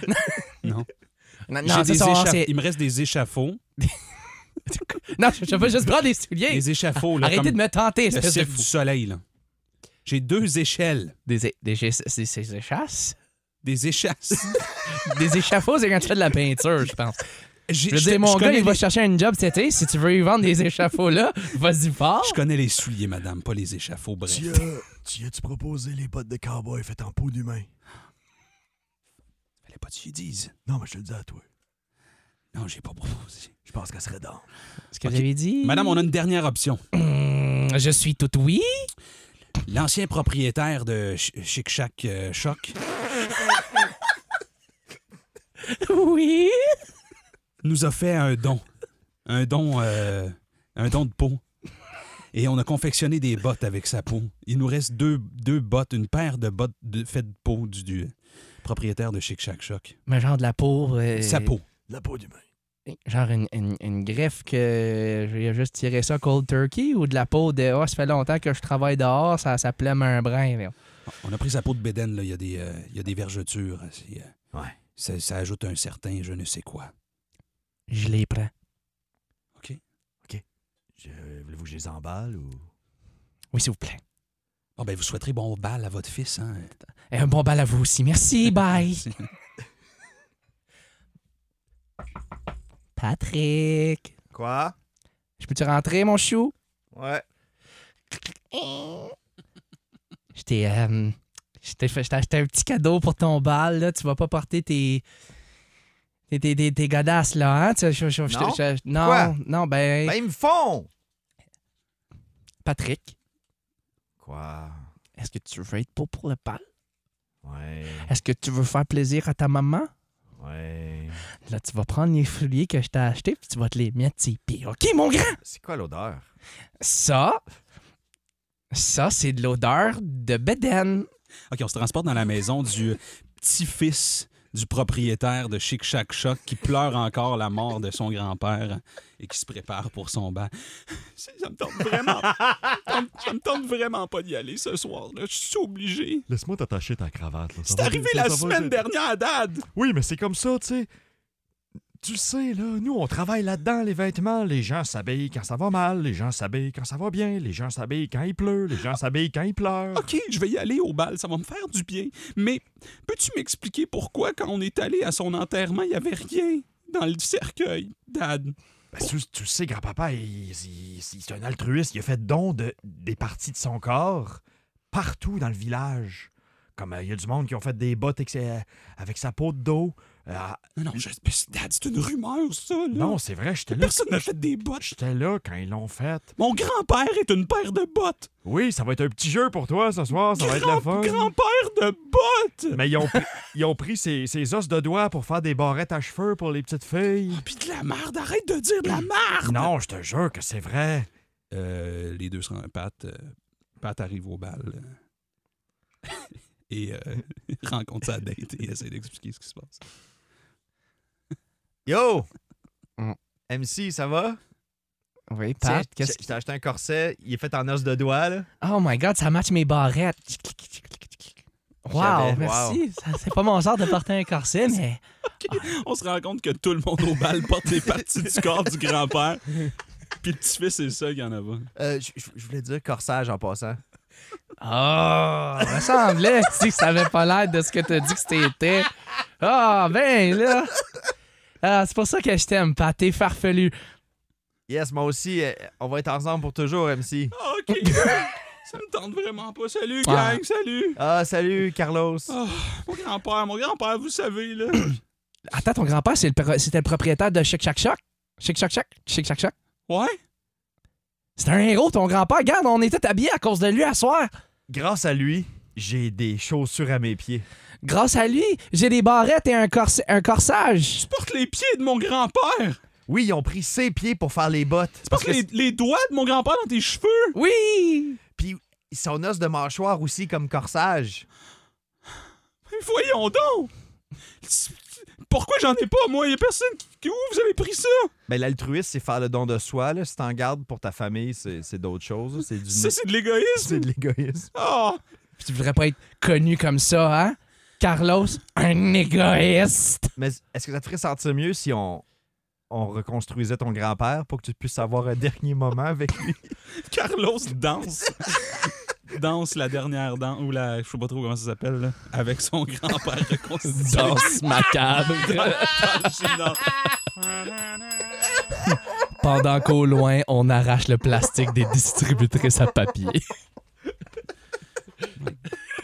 non.
Non, non,
J'ai
c'est
des
ça,
écha-
c'est-
Il me reste des échafauds.
Non, je, je veux juste prendre des souliers.
Des échafauds. Là,
Arrêtez
comme
de me tenter,
le
espèce de
cirque
fou.
du soleil. là. J'ai deux échelles.
Des, é- des, gé- c'est- c'est des chasses?
Des échasses.
Des échafauds, c'est quand tu fais de la peinture, je pense.
J'ai-
Je veux dire, mon
je
gars,
connais
il va
les-
chercher un job cet été. Si tu veux lui vendre des échafauds-là, vas-y fort.
Je connais les souliers, madame, pas les échafauds. Bref.
Tu as- tu as-tu proposé les bottes de cowboy faites en peau d'humain?
Fallait pas que tu y dises.
Non, mais je te le dis à toi.
Non, j'ai pas proposé.
Je pense qu'elle serait dans.
Ce que j'avais dit.
Madame, on a une dernière option.
Hmm, je suis tout oui.
L'ancien propriétaire de Ch- Chic Shack euh, Choc
Oui.
nous a fait un don. Un don, euh, un don de peau. Et on a confectionné des bottes avec sa peau. Il nous reste deux, deux bottes, une paire de bottes de, faites de peau du, du propriétaire de Chic Shack Choc.
Mais genre de la peau. euh,
Sa peau.
La peau d'humain.
Genre une, une- une greffe que j'ai juste tiré ça cold turkey ou de la peau de Oh, ça fait longtemps que je travaille dehors, ça, ça plaît mais un brin. là.
On a pris sa peau de bédaine, là. Il y a des, euh, il y a des vergetures. C'est, euh,
Ouais.
Ça, ça ajoute un certain je ne sais quoi.
Je les prends.
Je- Voulez-vous que je les emballe ou.
Oui, s'il vous plaît.
Bon, ben, vous souhaiterez bon bal à votre fils, hein?
Et un bon bal à vous aussi. Merci, bye.
Merci.
Patrick.
Quoi?
Je peux-tu rentrer, mon chou?
Ouais.
Je t'ai. euh, je t'ai fait- je t'ai acheté un petit cadeau pour ton bal, là. Tu vas pas porter tes. Tes, tes, tes- tes godasses, là, hein? Tu- je- je- je-
Non?
je- non,
Pourquoi?
non, ben,
Ben, ils me font!
Patrick,
Quoi?
est-ce que tu veux être beau pour le bal?
Ouais.
Est-ce que tu veux faire plaisir à ta maman?
Ouais.
Là, tu vas prendre les souliers que je t'ai achetés, puis tu vas te les mettre sur les pieds. OK, mon grand?
C'est quoi l'odeur?
Ça, ça, c'est de l'odeur de Beden.
OK, on se transporte dans la maison du petit-fils du propriétaire de Chic Chac Choc qui pleure encore la mort de son grand-père et qui se prépare pour son bain. Ça me tente vraiment, ça me- ça me tente vraiment pas d'y aller ce soir. Là. Je suis obligé.
Laisse-moi t'attacher ta cravate.
C'est arrivé la semaine dernière à Dad.
Oui, mais c'est comme ça, tu sais. Tu le sais, là, nous, on travaille là-dedans, les vêtements. Les gens s'habillent quand ça va mal, les gens s'habillent quand ça va bien, les gens s'habillent quand il pleut, les gens s'habillent quand il pleure.
OK, je vais y aller au bal, ça va me faire du bien. Mais peux-tu m'expliquer pourquoi, quand on est allé à son enterrement, il n'y avait rien dans le cercueil, Dad?
Ben, tu, tu le sais, grand-papa, il, il- il- c'est un altruiste. Il a fait don de, des parties de son corps partout dans le village. Comme euh, il y a du monde qui ont fait des bottes avec sa, avec sa peau de dos. Euh,
Non, non, je- Dad, c'est une rumeur, ça. Là.
non, c'est vrai, j'étais là.
Personne n'a fait des bottes.
J'étais là quand ils l'ont fait.
Mon grand-père est une paire de bottes.
Oui, ça va être un petit jeu pour toi ce soir, ça va être
Grand-
la fun.
Grand-père de bottes.
Mais ils ont, pris- ils ont pris ses, ses os de doigts pour faire des barrettes à cheveux pour les petites filles.
Ah, Puis de la merde, arrête de dire de la merde.
Non, je te jure que c'est vrai.
Euh, les deux sont Pat. Pat arrive au bal. euh, et rencontre sa date et essaie d'expliquer ce qui se passe.
Yo!
Mm.
MC, ça va?
Oui,
Tiens,
Pat, qu'est-ce
je t'ai acheté un corset, il est fait en os de doigts, là.
Oh my god, ça match mes barrettes. Wow,
J'avais-
merci. Ça, C'est pas mon genre de porter un corset, mais
On se rend compte que tout le monde au bal porte des parties du corps du grand-père. Puis le petit-fils, c'est ça qu'il y en a pas.
Euh, je- je je voulais dire corsage en passant.
Ah, me semblait si que ça avait pas l'air de ce que t'as dit que c'était. Ah, ben là. Ah, c'est pour ça que je t'aime, Pat. T'es farfelu.
Yes, moi aussi, euh, on va être ensemble pour toujours, MC.
Ah, OK. ça me tente vraiment pas. Salut,
Ah.
gang, salut.
Ah, salut, Carlos.
Ah, mon grand-père, mon grand-père, vous savez, là.
Attends, ton grand-père, c'est le pro- c'était le propriétaire de Chic Chac Choc? Chic Chac Choc? Chic Chac Choc?
Ouais.
C'est un héros, ton grand-père. Regarde, on était habillés à cause de lui à soir.
Grâce à lui, j'ai des chaussures à mes pieds.
Grâce à lui, j'ai des barrettes et un, corse- un corsage.
porte les pieds de mon grand-père.
Oui, ils ont pris ses pieds pour faire les bottes.
C'est parce que les, les doigts de mon grand-père dans tes cheveux.
Oui!
Puis son os de mâchoire aussi comme corsage.
Mais voyons donc. Pourquoi j'en ai pas, moi? Il y a personne qui... qui- Où vous avez pris ça?
Ben, l'altruisme, c'est faire le don de soi. Là. Si t'en gardes pour ta famille, c'est c'est d'autres choses. là. C'est du
Ça, c'est de l'égoïsme.
c'est de l'égoïsme.
Ah!
Puis tu voudrais pas être connu comme ça, hein? Carlos, un égoïste!
Mais est-ce que ça te ferait sentir mieux si on, on reconstruisait ton grand-père pour que tu puisses avoir un dernier moment avec lui?
Carlos danse. danse la dernière danse, ou la, je sais pas trop comment ça s'appelle, là, avec son grand-père reconstitué.
Danse macabre! Pendant qu'au loin, on arrache le plastique des distributrices à papier.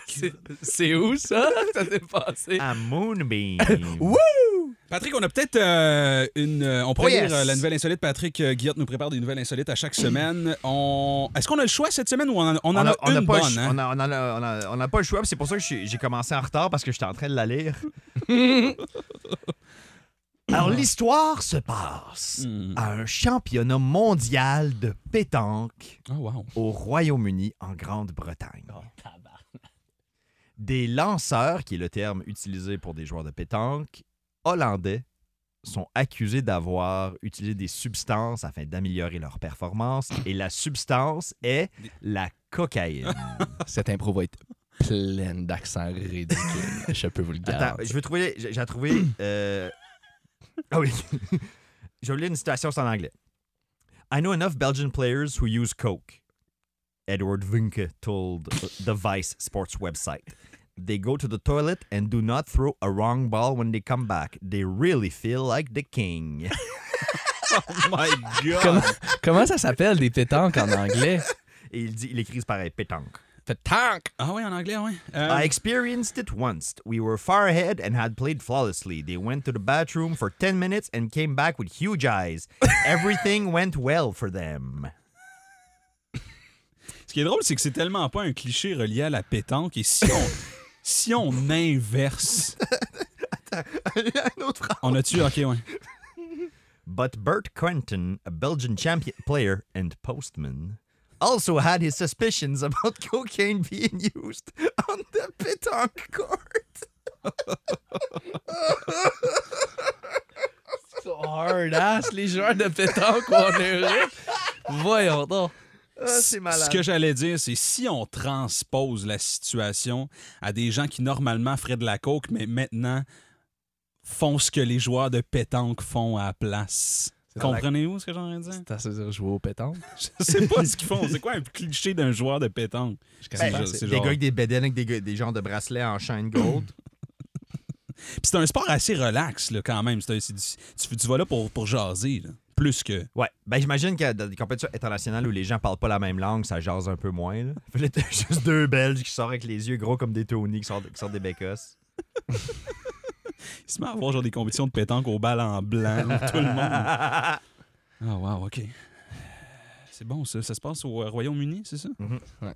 C'est- C'est où ça? Ça s'est passé?
À Moonbeam.
Patrick, on a peut-être euh, une. euh, on pourrait
Oh, yes.
lire, euh, la nouvelle insolite. Patrick euh, Guillotte nous prépare des nouvelles insolites à chaque semaine. On... Est-ce qu'on a le choix cette semaine ou on en, on en
On
a,
a- on
une
n'a pas le
bonne?
ch-
hein?
on a- on en a- on a- on n'a pas le choix, puis c'est pour ça que j'ai j'ai commencé en retard parce que j'étais en train de la lire. Alors, l'histoire se passe
Hmm.
à un championnat mondial de pétanque
Oh, wow.
au Royaume-Uni en Grande-Bretagne. Des lanceurs, qui est le terme utilisé pour des joueurs de pétanque, hollandais, sont accusés d'avoir utilisé des substances afin d'améliorer leur performance et la substance est la cocaïne.
Cette impro va être pleine d'accents ridicules. Je peux vous le
Attends,
garantir.
je veux trouver. J'ai j'ai trouvé. euh, Ah oui. je vais lire une citation, c'est en anglais. I know enough Belgian players who use coke. Edward Vinke told uh, the Vice Sports website. They go to the toilet and do not throw a wrong ball when they come back. They really feel like the king. Oh
My God!
Comment, comment ça s'appelle des pétanques en anglais?
Et il dit, il écrit c'est pareil, pétanque.
Pétanque!
Ah oui, en anglais, oui.
I experienced it once. We were far ahead and had played flawlessly. They went to the bathroom for 10 minutes and came back with huge eyes. Everything went well for them.
Ce qui est drôle, c'est que c'est tellement pas un cliché relié à la pétanque. Et si on, si on inverse. On a-tu? Ok, ouais.
But Bert Quentin, a Belgian champion player and postman, also had his suspicions about cocaine being used on the pétanque court.
Hard ass, les joueurs de pétanque, on est riches. Voyons donc.
Ah, c'est malade.
Ce que j'allais dire, c'est si on transpose la situation à des gens qui normalement feraient de la coke, mais maintenant font ce que les joueurs de pétanque font à la place.
dans la-
Comprenez-vous ce que j'en ai dire?
T'as à dire jouer au pétanque?
Je sais pas ce qu'ils font. C'est quoi un cliché d'un joueur de pétanque?
Ben,
C'est genre-
c'est
c'est
des
genre-
gars avec des bedaines, avec des, gars- des genres de bracelets en chaîne gold.
Puis c'est un sport assez relax là, quand même. C'est un- c'est du- tu, tu vas là pour, pour jaser, là. plus que.
Ouais. Ben, j'imagine que dans des compétitions internationales où les gens parlent pas la même langue, ça jase un peu moins. Là. Fait que là, t'as juste deux Belges qui sortent avec les yeux gros comme des Tony, qui sortent, qui sortent des bécosses.
Il se met à avoir genre des compétitions de pétanque au bal en blanc, là, tout le monde. Ah, wow, OK. C'est bon, ça. Ça se passe au euh, Royaume-Uni, c'est ça?
Euh,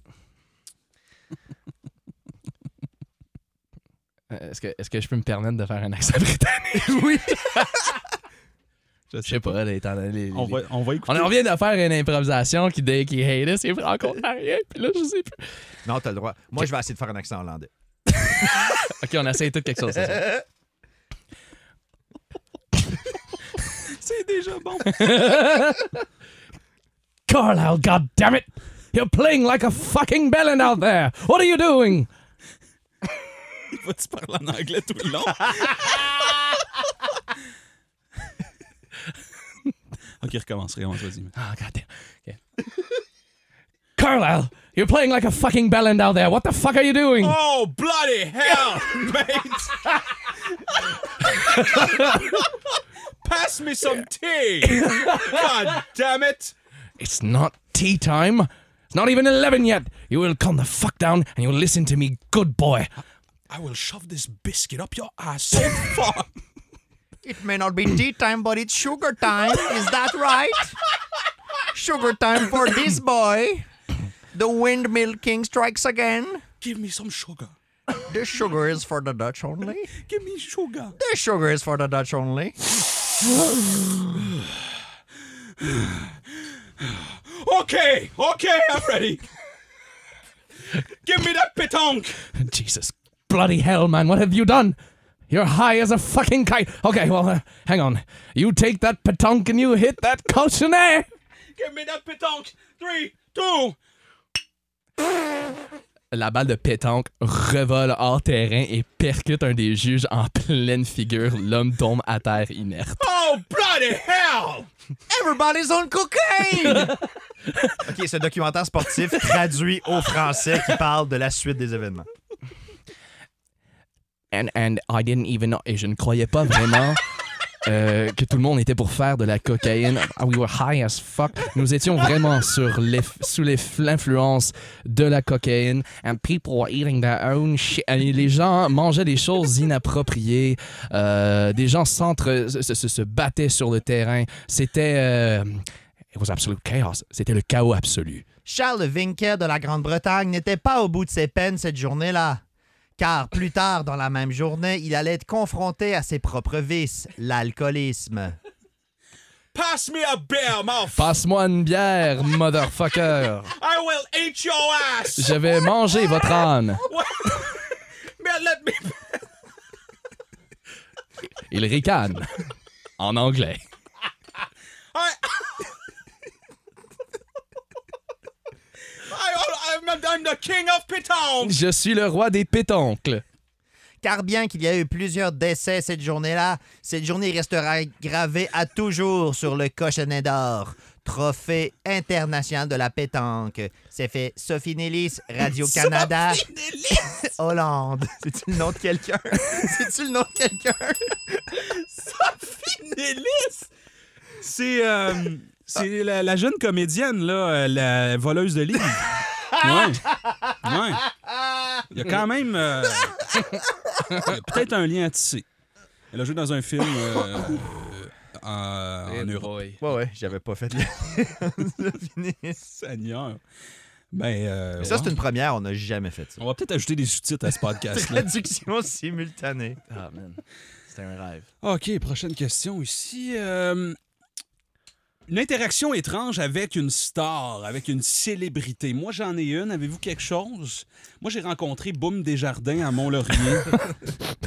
Est-ce que, est-ce que je peux me permettre de faire un accent britannique? Oui! je sais pas, là, étant donné les- les-
On va, on va écouter.
On en vient de faire une improvisation qui, dès qu'il hate, c'est franco-ontarien, puis là, je sais plus.
Non, t'as le droit. Moi, je vais essayer de faire un accent hollandais.
OK, on essaye tout quelque chose, c'est ça.
C'est déjà bon.
Carlisle, goddammit! You're playing like a fucking bellend out there! What are you doing?
Il va-tu parler en anglais tout le long? ok, recommence, recommence, vas-y.
Oh, goddamn. Okay. Carlisle, you're playing like a fucking bellend out there. What the fuck are you doing?
Oh, bloody hell, mate! Pass me some tea! God damn it!
It's not tea time. It's not even 11 yet. You will calm the fuck down and you'll listen to me, good boy.
I will shove this biscuit up your ass so far!
It may not be tea time, but it's sugar time. Is that right? Sugar time for this boy. The windmill king strikes again.
Give me some sugar.
The sugar is for the Dutch only.
Give me sugar.
The sugar is for the Dutch only.
OK, OK, I'm ready. Give me that pétanque.
Jesus bloody hell, man, what have you done? You're high as a fucking kite. Okay, well, uh, hang on. You take that petanque and you hit that cautionnaire.
Give me that pétanque. 3, 2.
La balle de pétanque revole hors terrain et percute un des juges en pleine figure. L'homme tombe à terre inerte.
Oh, bloody hell!
Everybody's on cocaine! OK, ce documentaire sportif traduit au français qui parle de la suite des événements.
And, and I didn't even know. Et je ne croyais pas vraiment euh, que tout le monde était pour faire de la cocaïne. Ah, We were high as fuck. Nous étions vraiment sur l'eff- sous l'eff- l'influence de la cocaïne. And people were eating their own shit. Et les gens mangeaient des choses inappropriées. Euh, des gens s'entre, se, se- se battaient sur le terrain. C'était. euh, it was absolute chaos. C'était le chaos absolu.
Charles Vinquet de la Grande-Bretagne n'était pas au bout de ses peines cette journée-là, car plus tard dans la même journée, il allait être confronté à ses propres vices, l'alcoolisme.
Pass me a beer, mouth.
Passe-moi une bière, motherfucker.
I will eat your ass.
Je vais manger votre âne.
Man, let me...
Il ricane. En anglais.
I... I, I'm, I'm the king of pétanque.
Je suis le roi des pétoncles.
Car bien qu'il y a eu plusieurs décès cette journée-là, cette journée restera gravée à toujours sur le cochonnet d'or. Trophée international de la pétanque. C'est fait Sophie Nélis, Radio-Canada, Hollande. C'est-tu le nom de quelqu'un? C'est-tu le nom de quelqu'un?
C'est... euh, C'est la, la jeune comédienne, là, euh, la voleuse de livres. Ouais. Ouais. Il y a quand même. euh, il y a peut-être un lien à tisser. Elle a joué dans un film euh, euh, en,
Eh
en Europe.
Ouais, ouais, j'avais pas fait le.
Seigneur. Ben. euh,
Ça, c'est
ouais.
une première, on n'a jamais fait ça.
On va peut-être ajouter des sous-titres à ce podcast-là.
Traduction simultanée.
Ah, man. C'était un rêve.
OK, prochaine question ici. Euh, une interaction étrange avec une star, avec une célébrité. Moi, j'en ai une. Avez-vous quelque chose? Moi, j'ai rencontré Boum Desjardins à Mont-Laurier.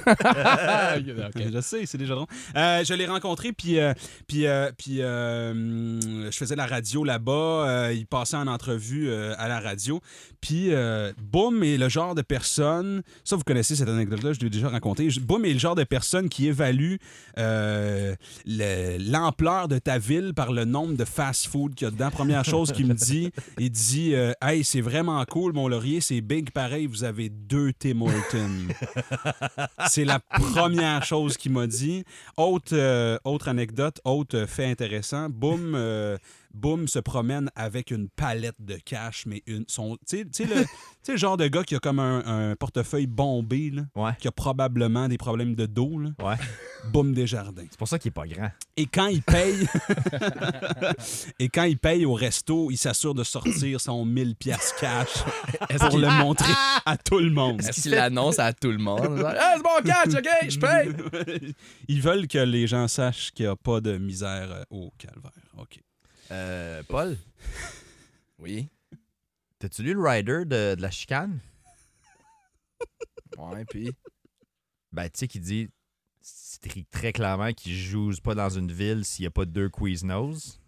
Ah,
Ok, je sais, c'est Desjardins. Euh, je l'ai rencontré, puis, euh, puis, euh, puis euh, hum, je faisais la radio là-bas. Euh, il passait en entrevue euh, à la radio. Puis, euh, Boum est le genre de personne... Ça, vous connaissez cette anecdote-là, je l'ai déjà racontée. Je- Boum est le genre de personne qui évalue euh, le- l'ampleur de ta ville par le nombre de fast-food qu'il y a dedans. Première chose qu'il me dit, il dit euh, Hey, c'est vraiment cool, mon laurier, c'est big pareil, vous avez deux Tim Hortons. c'est la première chose qu'il m'a dit. Autre, euh, autre anecdote, autre euh, fait intéressant Boum. euh, Boum se promène avec une palette de cash, mais une. son- Tu sais- tu sais, le, tu sais le genre de gars qui a comme un, un portefeuille bombé, là,
Ouais.
qui a probablement des problèmes de dos. Là.
Ouais.
Boum Desjardins.
C'est pour ça qu'il est pas grand.
Et quand il paye, et quand il paye au resto, il s'assure de sortir son 1000 pièces cash
Est-ce
pour
qu'il
le montrer à tout le monde.
est-ce qu'il l'annonce à tout le monde? Genre, Hey, c'est bon, catch, OK, je paye.
Ils veulent que les gens sachent qu'il n'y a pas de misère euh, au calvaire. OK.
Euh, Paul,
Oui.
t'as-tu lu le rider de, de la chicane?
Ouais, puis.
Ben, tu sais, qui dit c'est écrit très clairement qu'il joue pas dans une ville s'il n'y a pas deux Quiznos.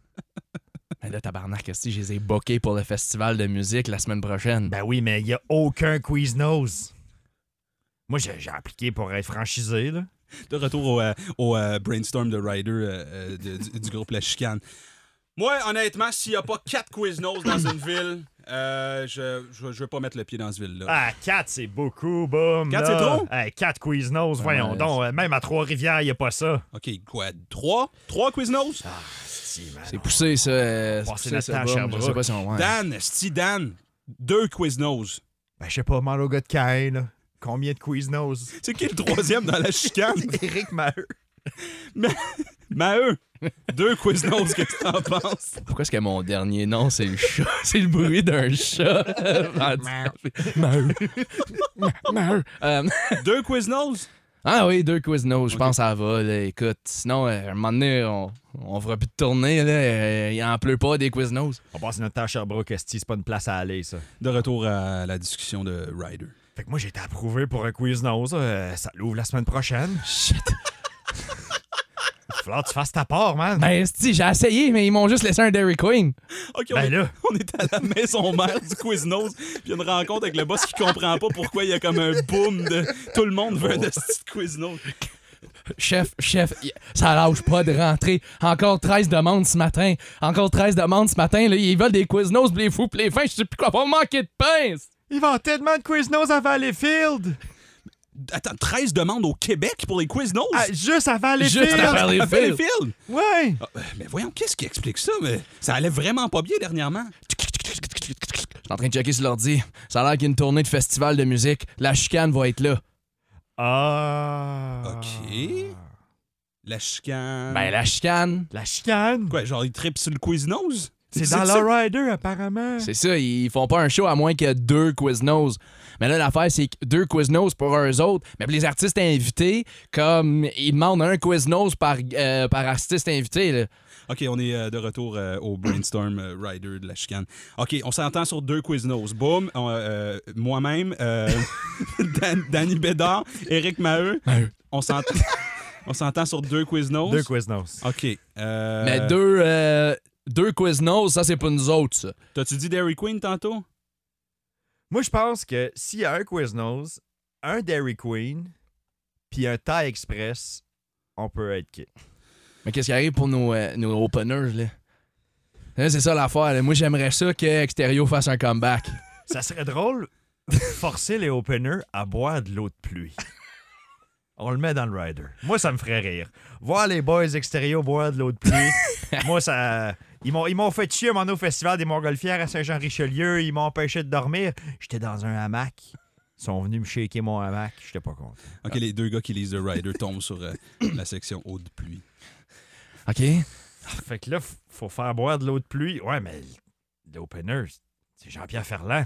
Mais là, tabarnak, si je les ai bookés pour le festival de musique la semaine prochaine.
Ben oui, mais il n'y a aucun Quiznos. Moi, j'ai j'ai appliqué pour être franchisé, là.
De retour au, euh, au, euh, brainstorm de Ryder euh, euh, de- du, du groupe La Chicane. Moi, honnêtement, s'il n'y a pas quatre Quiznos dans une ville, euh, je ne veux pas mettre le pied dans cette ville-là.
Ah, 4, c'est beaucoup, boum.
Quatre,
là.
c'est trop?
Hey, 4 Quiznos, voyons
ouais,
donc. Euh, Même à Trois-Rivières, il n'y a pas ça.
OK, quoi? Trois? Trois Quiznos?
Si, man.
C'est poussé, ça. euh,
Passer
poussé,
la
ça, bon, Je
tâche à
sais
Sherbrooke.
pas si on. ouais.
Dan, Sti Dan, deux Quiznos.
Ben, je sais pas, mal au gars de Caen, là. Combien de Quiznos?
C'est qui le troisième dans la chicane?
Éric Maheu.
Maheu, deux Quiznos, qu'est-ce que t'en penses?
Pourquoi est-ce que mon dernier nom, c'est le chat? c'est le bruit d'un chat. Maheu. Maheu. Euh,
Deux Quiznos?
Ah oui, deux Quiznos, je pense que ça va. là. Écoute, sinon, euh, un moment donné, on, on fera plus de tournée. Là. Euh, Il en pleut pas des Quiznos.
On passe notre temps à Sherbrooke, esti, c'est pas une place à aller, ça.
De retour à la discussion de Ryder.
Fait que moi, j'ai été approuvé pour un Quiznos. euh, ça l'ouvre la semaine prochaine.
Shit.
Il va falloir que tu fasses ta part, man.
Ben, si, j'ai essayé, mais ils m'ont juste laissé un Dairy Queen.
OK, on,
Ben
est,
là.
on est à la maison mère du Quiznos, puis il y a une rencontre avec le boss qui comprend pas pourquoi il y a comme un boom de tout le monde
Oh.
veut un esti de Quiznos.
Chef, chef, y- ça lâche pas de rentrer. Encore 13 demandes ce matin. Encore 13 demandes ce matin. Là, ils veulent des Quiznos, pis les fous, pis les fins. Je sais plus quoi. Pas manquer de pain.
Ils vendent tellement de Quiznos à Valleyfield.
Attends, 13 demandes au Québec pour les Quiznos?
Ah, juste à Valleyfield.
Juste à
À
Valleyfield.
Valleyfield?
Ouais.
Ah, ben, mais voyons, qu'est-ce qui explique ça? Mais ça allait vraiment pas bien dernièrement.
Je suis en train de checker sur l'ordi. Ça a l'air qu'il y a une tournée de festival de musique. La chicane va être là.
Ah.
OK. La chicane.
Ben, la chicane.
La chicane.
Quoi, genre, ils trippent sur le Quiznos?
C'est dans
ça?
le Rider, apparemment.
C'est ça, ils font pas un show à moins qu'il y ait deux Quiznos. Mais là, l'affaire, c'est que deux Quiznos pour eux autres, mais pour les artistes invités, comme ils demandent un Quiznos par, euh, par artiste invité. là.
OK, on est euh, de retour euh, au brainstorm euh, rider de la chicane. OK, on s'entend sur deux Quiznos. Boum, on, euh, moi-même, euh, Dan- Danny Bédard, Éric Maheu. On s'entend, on s'entend sur deux Quiznos.
Deux Quiznos.
OK. euh,
Mais deux, euh, deux Quiznos, ça, c'est pas nous autres, ça.
T'as-tu dit Dairy Queen tantôt?
Moi, je pense que s'il y a un Quiznos, un Dairy Queen, puis un Thai Express, on peut être quitte.
Mais qu'est-ce qui arrive pour nos, euh, nos openers, là? Là, c'est ça l'affaire. là. Moi, j'aimerais ça que Exterio fasse un comeback.
Ça serait drôle forcer les openers à boire de l'eau de pluie. On le met dans le rider. Moi, ça me ferait rire. Voir les boys extérieurs boire de l'eau de pluie, moi, ça. Ils m'ont, ils m'ont fait chier mon au Festival des Montgolfières à Saint-Jean-Richelieu. Ils m'ont empêché de dormir. J'étais dans un hamac. Ils sont venus me shaker mon hamac. J'étais pas content.
OK, les deux gars qui lisent The Rider tombent sur euh, la section eau de pluie.
OK?
Ah, Fait que là, f- faut faire boire de l'eau de pluie. Ouais, mais l'opener, c'est Jean-Pierre Ferland.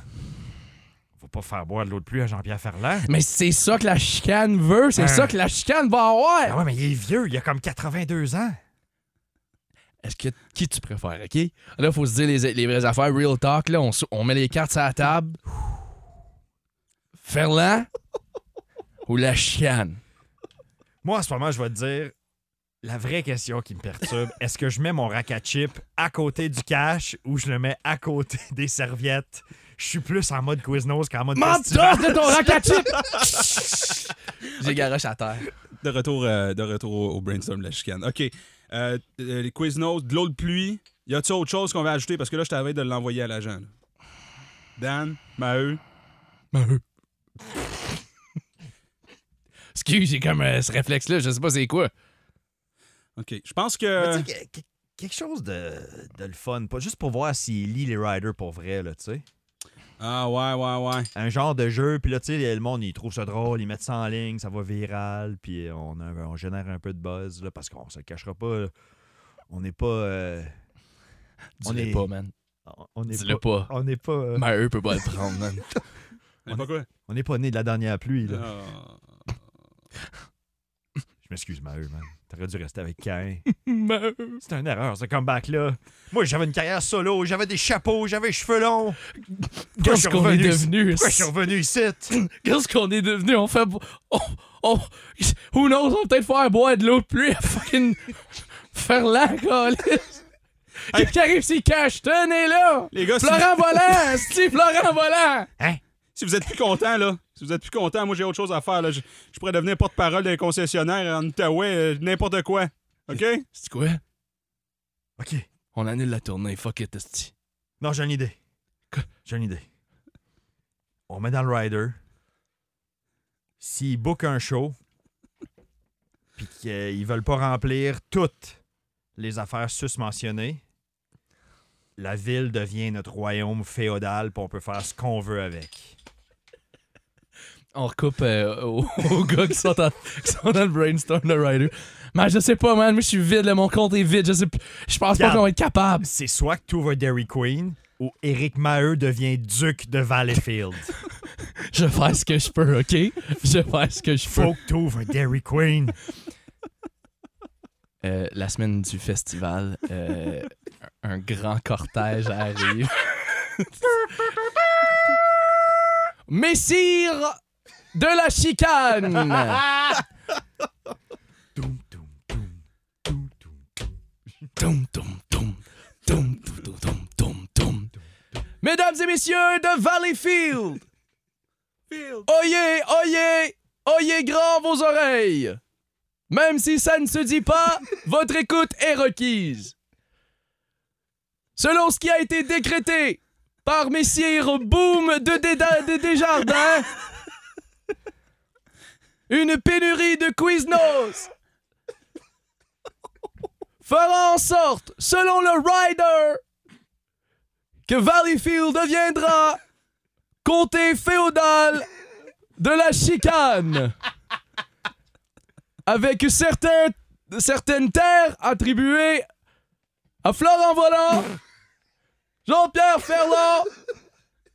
Faut pas faire boire de l'eau de pluie à Jean-Pierre Ferland.
Mais c'est ça que la chicane veut, c'est
Hein.
ça que la chicane va avoir!
Ah ouais, mais il est vieux, il a comme 82 ans.
Est-ce que qui tu préfères, OK? Là, faut se dire les, les vraies affaires, real talk, là, on, s- on met les cartes sur la table. Ferland ou la chienne?
Moi, en ce moment, je vais te dire la vraie question qui me perturbe. Est-ce que je mets mon rack à chip à côté du cash ou je le mets à côté des serviettes? Je suis plus en mode Quiznos qu'en mode festival.
Menteur de ton rack à chip! J'ai garoche à terre.
De retour, euh, de retour au, au brainstorm de la chicane. OK. euh, euh, les Quiznos, de l'eau de pluie. Y a-tu autre chose qu'on va ajouter? Parce que là, je t'avais de l'envoyer à l'agent. là. Dan, Maheu.
Excuse, j'ai comme euh, ce réflexe-là, je sais pas c'est quoi.
OK. Je pense
Mais
que.
tu sais, que- que- Quelque chose de, de le fun, pas juste pour voir s'il lit les riders pour vrai, là, tu sais.
Ah, ouais, ouais, ouais.
Un genre de jeu, puis là, tu sais, le monde, il trouve ça drôle, ils mettent ça en ligne, ça va viral, puis on, a- on génère un peu de buzz, là, parce qu'on se le cachera pas, là. on n'est pas... euh, On
Dis-le
est-
pas, man.
on n'est
Dis-le pas.
On n'est pas... euh,
Mais eux peut pas le prendre, man.
Mais pas quoi?
on n'est pas né de la dernière pluie, là.
Ah.
Je m'excuse, Maheu, man. T'aurais dû rester avec Cain.
Maheu.
C'était une erreur, ce comeback-là. Moi, j'avais une carrière solo, j'avais des chapeaux, j'avais les cheveux longs. Pourquoi je
Qu'est-ce
suis
qu'on est
revenu ici?
devenu?
Pourquoi je suis revenu ici?
Qu'est-ce qu'on est devenu? On fait. On, on, who knows? On va peut-être faire boire de l'eau de pluie à fucking. faire la Qu'est-ce qui arrive si Cashton est là?
Les gars, si vous,
Florent Volant! Steve Florent Volant!
si vous êtes plus content, là, si vous êtes plus content, moi, j'ai autre chose à faire. Là. Je, je pourrais devenir porte-parole d'un concessionnaire en Outaouais, euh, n'importe quoi. OK?
C'est quoi?
OK.
On annule la tournée. Fuck it, esti.
Non, j'ai une idée.
Quoi?
J'ai une idée. On met dans le rider. S'ils bookent un show, puis qu'ils veulent pas remplir toutes les affaires susmentionnées, la ville devient notre royaume féodal, puis on peut faire ce qu'on veut avec.
On recoupe euh, aux, aux gars qui sont, en- qui sont dans le brainstorm de Rider. Mais je sais pas, man. Moi, je suis vide. là. mon compte est vide. Je sais p- Je pense pas
Garde.
qu'on va être capable.
C'est soit que tu ouvres Dairy Queen ou Eric Maheu devient duc de Valleyfield.
je vais faire ce que je peux, OK? Je vais faire ce que je peux.
Faut que t'ouvres un Dairy Queen.
Euh, la semaine du festival, euh, un grand cortège arrive. Messire de la chicane!
Toum, toum, toum, toum, toum.
Toum, toum, toum. Toum, toum, toum, toum, toum, toum. Mesdames et messieurs de Valleyfield! Oyez, oyez, oyez grand vos oreilles! Même si ça ne se dit pas, votre écoute est requise. Selon ce qui a été décrété par Messire Boom de, Déda- de Desjardins, une pénurie de Quiznos fera en sorte, selon le Rider, que Valleyfield deviendra comté féodal de la chicane. Avec certains, certaines terres attribuées à Florent Volant, Jean-Pierre Ferland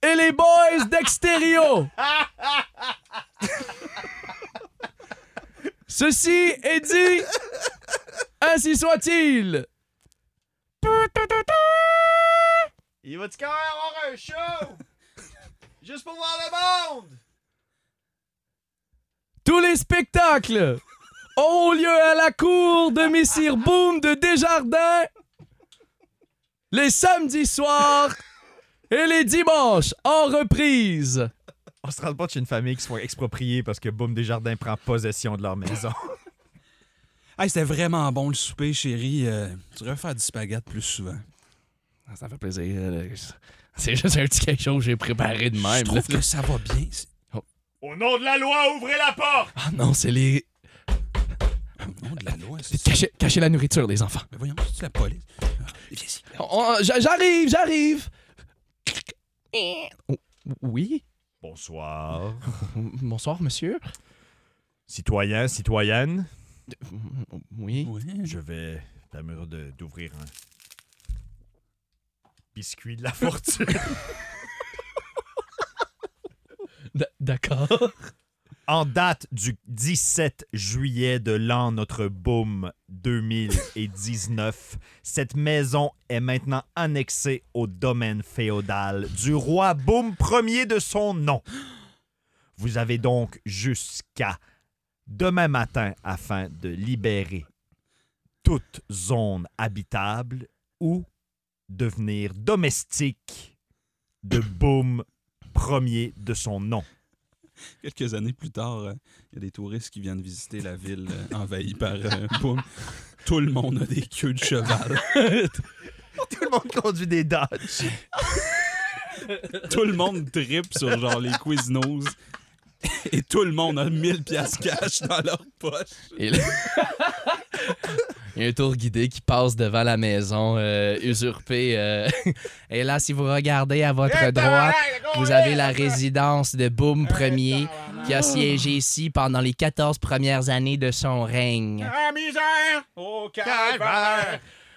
et les boys d'Extério. Ceci est dit ainsi soit-il.
Il va-tu quand même avoir un show? Juste pour voir le monde!
Tous les spectacles auront lieu à la cour de Messire Boom de Desjardins les samedis soirs et les dimanches en reprise.
On se rend pas chez une famille qui se font exproprier parce que Boum Desjardins prend possession de leur maison.
Hey, c'était vraiment bon le souper, chérie. Euh, tu devrais faire du spaghette plus souvent.
Ça me fait plaisir. euh, C'est juste un petit quelque chose que j'ai préparé de
Je
même.
trouve que ça va bien.
Au nom de la loi, ouvrez la porte!
Ah non, c'est les.
Au nom de la loi, c'est ça.
Cachez, cachez la nourriture, les enfants.
Mais voyons, c'est la police. Ah, viens ici.
On- on- j'a- j'arrive, j'arrive. Oh, oui.
Bonsoir.
Bonsoir, monsieur.
Citoyens, citoyennes,
Oui.
Ah, Oui.
je vais permettre de- d'ouvrir un biscuit de la fortune.
D- D'accord.
en date du 17 juillet de l'an notre boom 2019, cette maison est maintenant annexée au domaine féodal du roi Boom Ier de son nom. Vous avez donc jusqu'à demain matin afin de libérer toute zone habitable ou devenir domestique de Boom Ier de son nom.
Quelques années plus tard, euh, il y a des touristes qui viennent visiter la ville euh, envahie par euh, boum. Tout le monde a des queues de cheval.
Tout le monde conduit des Dodge.
tout le monde tripe sur genre les Quiznos. Et tout le monde a 1000 piastres cash dans leur poche.
Et là- Il y a un tour guidé qui passe devant la maison euh, usurpée. euh, Et là, si vous regardez à votre droite, vous avez la résidence de Boom Ier qui a siégé ici pendant les 14 premières années de son règne.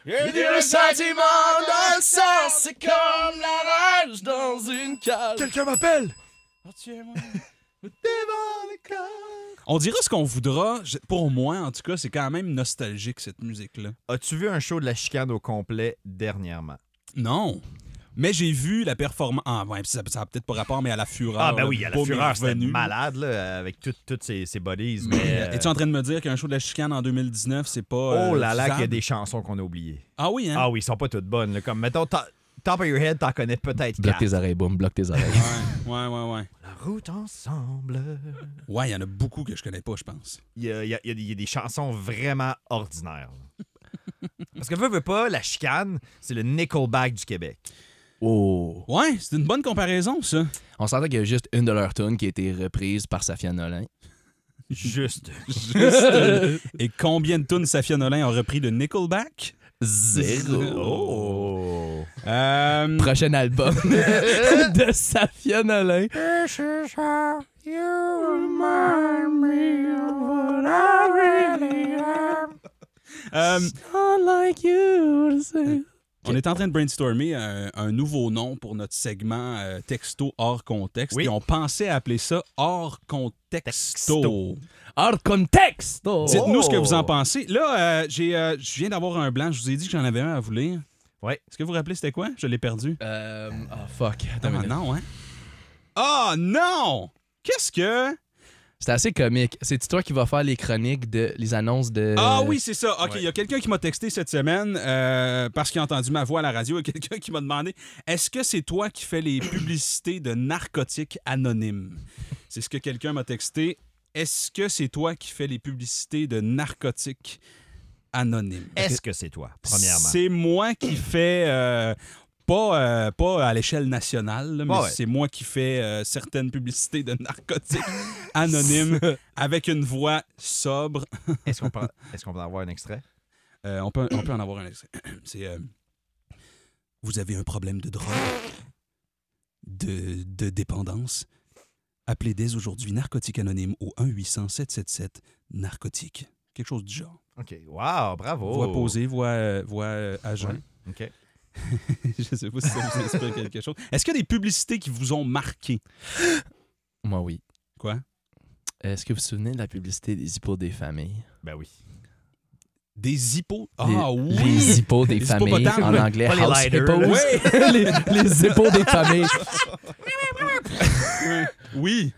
Le sentiment dans le sang, c'est comme la rage dans une cage.
Quelqu'un m'appelle!
Ah, On dira ce qu'on voudra. Je- Pour moi, en tout cas, c'est quand même nostalgique, cette musique-là.
As-tu vu un show de la chicane au complet dernièrement?
Non. Mais j'ai vu la performance. Ah, ouais, ça n'a peut-être pas rapport, mais à la fureur.
Ah, ben
là, Boom est
c'était
revenu.
malade, là, avec tout- toutes ces, ces bodies. Mais,
Mais,
euh,
Es-tu en train de me dire qu'un show de la chicane en 2019, c'est pas.
Oh
euh,
là là, qu'il y a
faisable?
des chansons qu'on a oubliées.
Ah oui, hein?
Ah oui, ils sont pas toutes bonnes. là, Comme, mettons, to- Top of Your Head, t'en connais peut-être
Bloque
quatre.
tes oreilles, Boom, bloque tes oreilles.
Ouais, ouais, ouais, ouais.
La route ensemble.
Ouais, il y en a beaucoup que je connais pas, je pense.
Il y a, il y a- il y a des- il y a des chansons vraiment ordinaires. là. Parce que veux, veux pas, la chicane, c'est le Nickelback du Québec.
Oh.
Ouais, c'est une bonne comparaison, ça.
On s'entend qu'il y a juste une de leurs tunes qui a été reprise par Safia Nolin.
Juste.
Juste une- Et combien de tunes Safia Nolin a repris de Nickelback?
Zéro.
Oh.
Euh,
Prochain album de Safia Nolin.
euh, On est en train de brainstormer un, un nouveau nom pour notre segment euh, texto hors contexte.
Oui.
Et on pensait appeler ça hors contexto.
Texto.
Hors contexte! oh!
Dites-nous ce que vous en pensez. Là, euh, j'ai, euh, je viens d'avoir un blanc. Je vous ai dit que j'en avais un à vous lire.
Ouais.
Est-ce que vous vous rappelez c'était quoi? Je l'ai perdu.
Euh, oh, fuck. Attends
Ah,
une minute.
non, hein? Ah non! Qu'est-ce que...
C'est assez comique. C'est toi qui vas faire les chroniques de les annonces de.
Ah oui, c'est ça. OK, il
ouais.
y a quelqu'un qui m'a texté cette semaine euh, parce qu'il a entendu ma voix à la radio. Il y a quelqu'un qui m'a demandé est-ce que c'est toi qui fais les publicités de narcotiques anonymes C'est ce que quelqu'un m'a texté. Est-ce que c'est toi qui fais les publicités de narcotiques anonymes
Est-ce que c'est toi, premièrement?
C'est moi qui fais. euh, pas, euh, pas à l'échelle nationale, là, mais
Ouais, ouais.
c'est moi qui fais euh, certaines publicités de narcotiques anonymes avec une voix sobre.
Est-ce qu'on peut, est-ce qu'on peut avoir un extrait?
Euh, on, peut, on peut en avoir un extrait. C'est. euh, vous avez un problème de drogue, de, de dépendance. Appelez dès aujourd'hui Narcotique Anonyme au 1-800-777-Narcotique. Quelque chose du genre.
OK. Wow, bravo.
Voix posée, voix, euh, voix euh, agent.
Oh. OK.
Je sais pas si ça vous inspire quelque chose. Est-ce qu'il y a des publicités qui vous ont marqué?
Moi, oui.
Quoi?
Est-ce que vous vous souvenez de la publicité des hippos des familles?
Ben oui.
Des hippos? Ah
les,
oui!
Les hippos des
Les
familles,
hippopotames,
en
là.
anglais,
Pas les
house
lighters,
hippos.
là.
les, les hippos des familles.
Oui!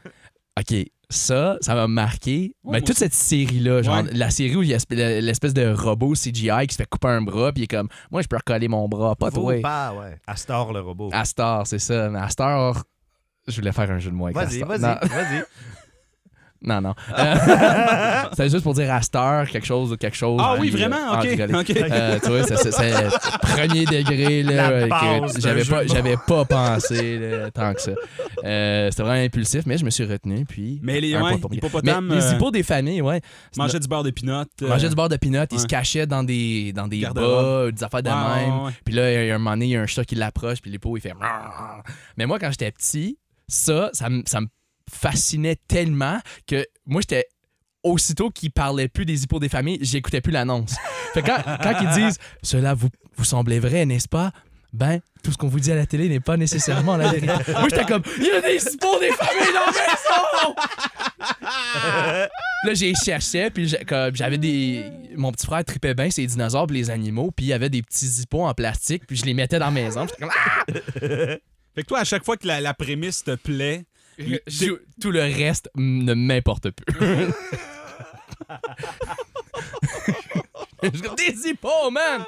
OK, ça, ça m'a marqué.
Ouais, moi
mais toute cette série-là, genre
Ouais.
la série où il y a esp- l'espèce de robot CGI qui se fait couper un bras, puis il est comme, moi, je peux recoller mon bras, pas
Bravo,
Ah, toi. Ah,
Pas, bah, ouais. Astor, le robot.
Astor, c'est ça. Mais Astor, je voulais faire un jeu de mots avec
Vas-y,
Astor.
vas-y,
Non.
vas-y.
Non, non. c'est juste pour dire Astor, quelque chose ou quelque chose.
Ah
en
oui,
rigolo-
vraiment?
en
OK.
rigolé.
OK.
Euh, tu vois, c'est- c'est c'est premier degré là,
La
euh, que
base d'un
j'avais
jeu
pas,
de mots.
j'avais pas pensé là, tant que ça. Euh, C'était vraiment impulsif, mais je me suis retenu. Puis
Mais les-
un
ouais,
point pour moi.
hippopotames,
Mais les
euh,
hippos des familles, ouais. C'est
Mangeait du beurre de euh, peanut.
no- mangeaient du bord de pinot, ils
ouais.
se cachaient dans des dans des
Garde-robe.
bas, des affaires de
Ouais,
même.
ouais, ouais.
Puis là, il y a un moment donné, il y a un chat qui l'approche, puis l'hippo, il fait. Mrrr. Mais moi, quand j'étais petit, ça, ça me ça me fascinait tellement que moi, j'étais. Aussitôt qu'ils parlaient plus des hippos des familles, j'écoutais plus l'annonce. Fait que quand, quand ils disent Cela vous, vous semblait vrai, n'est-ce pas Ben, tout ce qu'on vous dit à la télé n'est pas nécessairement la vérité. moi, j'étais comme Il y a des hippos des familles dans la maison Là, j'ai cherché, puis j'ai- comme, j'avais des. Mon petit frère tripait bien ses dinosaures puis les animaux, puis il y avait des petits hippos en plastique, puis je les mettais dans la maison. puis j'étais comme, Ah!
Fait que toi, à chaque fois que la, la prémisse te plaît,
Je- je- tout le reste m- ne m'importe plus. je suis comme, des hippos, man!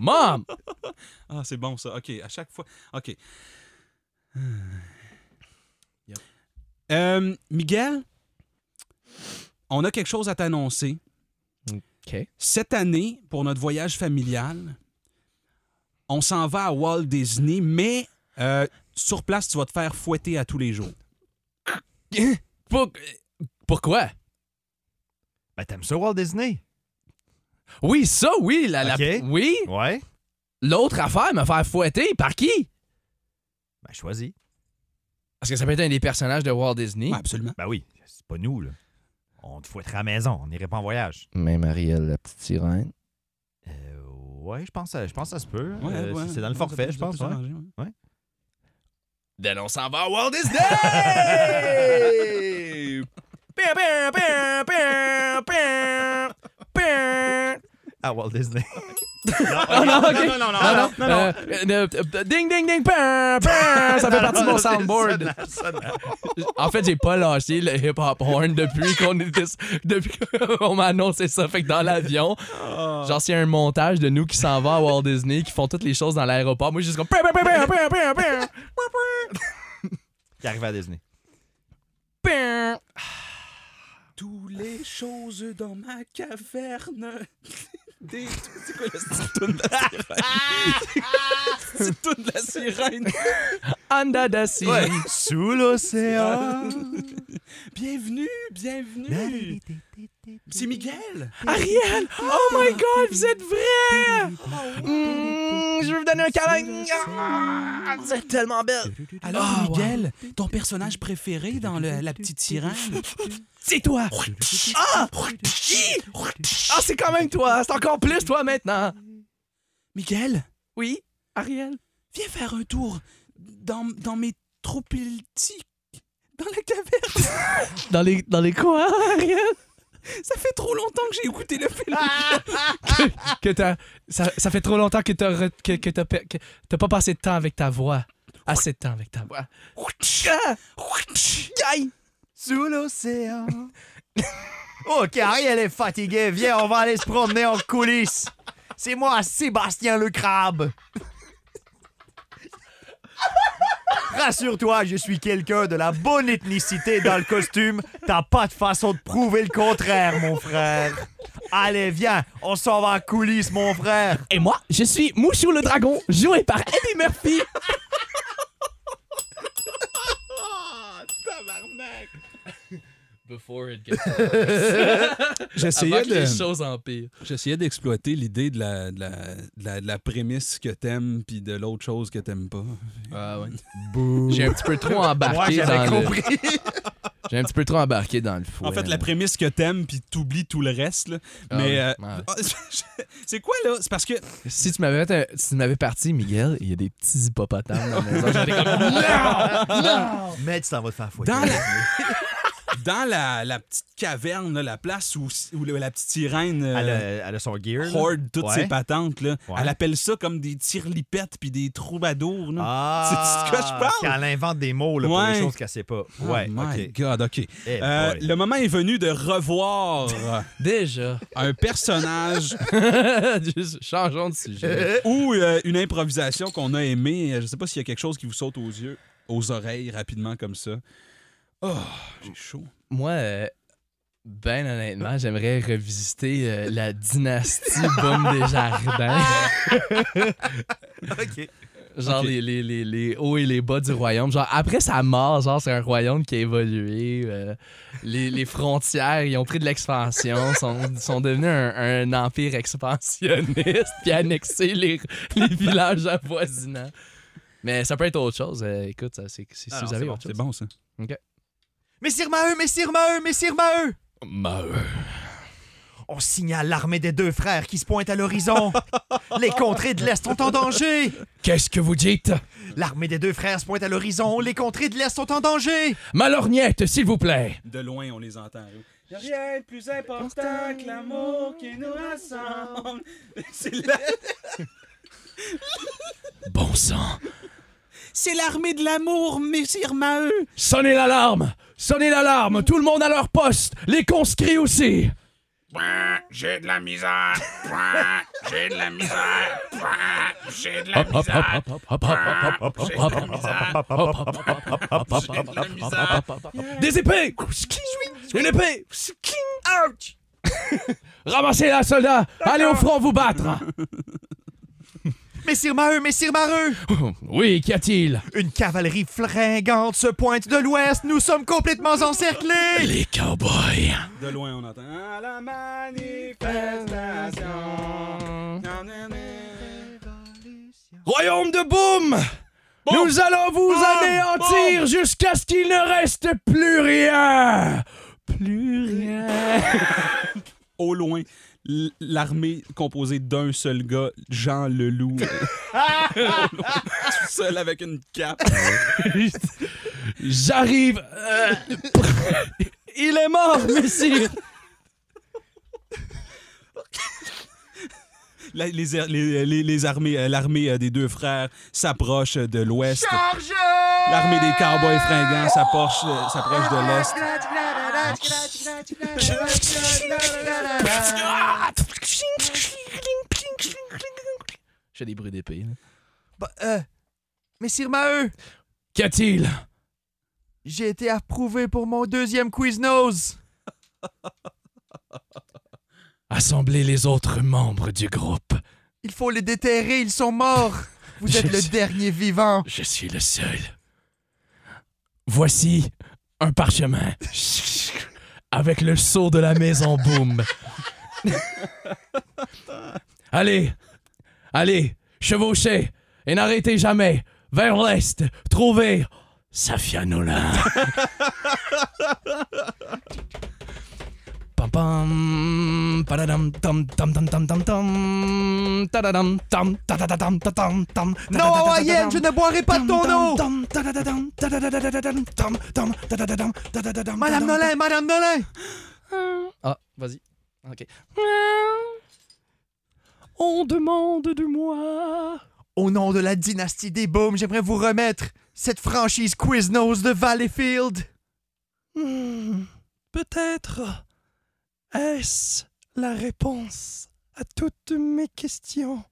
Mom!
Ah, c'est bon ça. OK, à chaque fois. OK. Euh, Miguel, on a quelque chose à t'annoncer.
OK.
Cette année, pour notre voyage familial, on s'en va à Walt Disney, mais euh, sur place, tu vas te faire fouetter à tous les jours.
Pour- Pourquoi?
Ben, t'aimes ça, Walt Disney?
Oui, ça, oui. La, la-
OK.
Oui.
Ouais.
L'autre affaire, me faire fouetter, par qui?
Ben, choisis.
Parce que ça peut être un des personnages de Walt Disney.
Ouais, absolument.
Ben oui, c'est pas nous, là. On te fouettera à la maison, on n'irait pas en voyage.
Mais Marielle, la petite sirène.
Euh, ouais, je pense, à- je pense que ça se peut.
Ouais,
Euh,
ouais.
c'est- C'est dans le forfait, je pense. ouais.
arrangé, ouais.
Then on s'en va à Walt Disney! Pim, pim, pim, pim, pim, pim.
À Walt Disney.
Oh non, ok.
non, non,
Ah non, euh, euh, euh, ding, ding, ding, pim, pim. Ça fait partie de mon soundboard. En fait, j'ai pas lâché le hip-hop horn depuis qu'on était, depuis qu'on m'a annoncé ça. Fait que dans l'avion, genre, s'il y a un montage de nous qui s'en va à Walt Disney, qui font toutes les choses dans l'aéroport, moi, je suis juste comme. pim, pim, pim, pim, pim, pim.
Qui arrive à Disney.
Pim.
Toutes les choses dans ma caverne. Des... C'est quoi le c'est tout de la sirène? C'est tout de la sirène.
Under the sea.
Sous l'océan.
Bienvenue, bienvenue. C'est Miguel.
Ariel! Oh my god, vous êtes vrai! Hmm, je vais vous donner un câlin! Ah, vous êtes tellement belle!
Alors,
Ah,
Miguel, ton personnage préféré dans le- La Petite Sirène?
C'est toi! Ah! Ah, c'est quand même toi! C'est encore plus toi maintenant!
Miguel,
Oui, Ariel.
Viens faire un tour dans, dans mes tropiltiques, dans la caverne.
Dans les, dans les quoi, Ariel?
Ça fait trop longtemps que j'ai écouté le film.
Ah. Que t'as- ça, ça fait trop longtemps que t'as re- que, que t'as pe- que t'as pas passé de temps avec ta voix. Assez de temps avec ta voix.
Aïe!
Sous l'océan. ok, Ariel est fatigué. Viens, on va aller se promener en coulisses. C'est moi, Sébastien le crabe. Rassure-toi, je suis quelqu'un de la bonne ethnicité dans le costume. T'as pas de façon de prouver le contraire, mon frère. Allez, viens, on s'en va en coulisses, mon frère.
Et moi, je suis Mouchou le dragon, joué par Eddie Murphy. Oh, Before it gets
J'essayais de.
choses empirent.
J'essayais d'exploiter l'idée de la, de, la, de la- de la prémisse que t'aimes puis de l'autre chose que t'aimes pas.
Ah ouais. J'ai un petit peu trop embarqué dans le... J'ai un petit peu trop embarqué dans le fou.
en fait, la prémisse que t'aimes puis t'oublies tout le reste. là.
Ah
Mais
ouais,
euh,
ouais.
ah, c'est quoi là C'est parce que
Si tu m'avais fait un- si tu m'avais parti, Miguel, il y a des petits hippopotames dans la maison. J'aurais comme-
Mais tu t'en vas te faire fouetter.
Dans dans la, la petite caverne, là, la place où, où la la petite sirène euh,
Elle a, elle a son gear. là.
hoarde toutes
Ouais.
ses patentes, là,
Ouais.
elle appelle ça comme des tirlipettes puis des troubadours. là.
Ah,
C'est de quoi je parle?
Qu'elle invente des mots là, pour
Ouais.
les choses qu'elle sait pas. Ah, Ouais,
Oh my
ok.
God, OK.
Eh,
Euh,
boy.
le moment est venu de revoir euh,
Déjà.
un personnage
Juste, Changeons de sujet.
ou euh, une improvisation qu'on a aimée. Euh, Je sais pas s'il y a quelque chose qui vous saute aux yeux, aux oreilles rapidement comme ça. Oh, j'ai chaud.
Moi, euh, ben honnêtement, j'aimerais revisiter euh, la dynastie Boom des Jardins.
Ok.
Genre
Ok.
les, les, les, les hauts et les bas du royaume. Genre après sa mort, genre c'est un royaume qui a évolué. euh, les, les frontières, ils ont pris de l'expansion, sont, sont devenus un, un empire expansionniste, puis annexé les, les villages avoisinants. Mais ça peut être autre chose. euh, écoute, ça, c'est, c'est- si
Ah non,
vous avez
c'est bon,
autre
C'est
chose.
bon, ça.
Messire Maheu, Messire Maheu, Messire Maheu!
Maheu.
On signale l'armée des deux frères qui se pointent à l'horizon. les contrées de l'Est sont en danger!
Qu'est-ce que vous dites?
L'armée des deux frères se pointe à l'horizon. Les contrées de l'Est sont en danger!
Ma lorgnette, s'il vous plaît.
De loin, on les entend. Y'a rien de plus important que l'amour qui nous rassemble. C'est la-
Bon sang.
c'est l'armée de l'amour, Messire Maheu.
Sonnez l'alarme! Sonnez l'alarme! Tout le monde à leur poste! Les conscrits aussi!
J'ai de la misère. J'ai de la misère. J'ai de la
Hop, hop, hop,
misère.
hop, hop, hop, hop, hop, hop, hop, hop, hop, hop, hop, hop, Des épées! Une épée! Ouch! Ramassez-la, soldat! Allez au front vous battre!
Messire Maheu, Messire Maheu!
Oui, qu'y a-t-il?
Une cavalerie fringante se pointe de l'Ouest. Nous sommes complètement encerclés!
Les cowboys!
De loin, on entend. À la manifestation.
Royaume de Boum! Nous allons vous anéantir jusqu'à ce qu'il ne reste plus rien! Plus rien!
Au loin, l- l'armée composée d'un seul gars, Jean Leloup. Au loin, Tout seul avec une cape.
J'arrive. euh, Il est mort, messire.
La- les, les- les- les armées, euh, l'armée euh, des deux frères s'approche euh, de l'ouest. L'armée des cowboys fringants s'approche, euh, s'approche de l'est.
Bah,
J'ai des bruits d'épée.
Bah, euh, Messire Maheu,
Qu'a-t-il
j'ai été approuvé pour mon deuxième Quiznos!
Assemblez les autres membres du groupe.
Il faut les déterrer, ils sont morts. Vous êtes
Je
le
sais.
dernier vivant.
Je suis le seul. Voici un parchemin avec le sceau de la maison Boom. allez, allez, chevauchez et n'arrêtez jamais. Vers l'est, trouvez Safia Nolin. pam pam Padadam, tam, tam, tam, tam, tam, tam. Tadadam, tam, tadadam, tadam, tam.
Non, Hawaïenne, je ne boirai pas de ton eau!
Tam, tam, tadadam, tadadadadadam, tam, tam, tadadadam, tadadadam,
Madame
tadam,
Nolin, Madame Nolin!
Ah, vas-y. OK. On demande de moi.
Au nom de la dynastie des baumes, j'aimerais vous remettre cette franchise Quiznos de Valleyfield.
Hmm, Peut-être est-ce la réponse à toutes mes questions.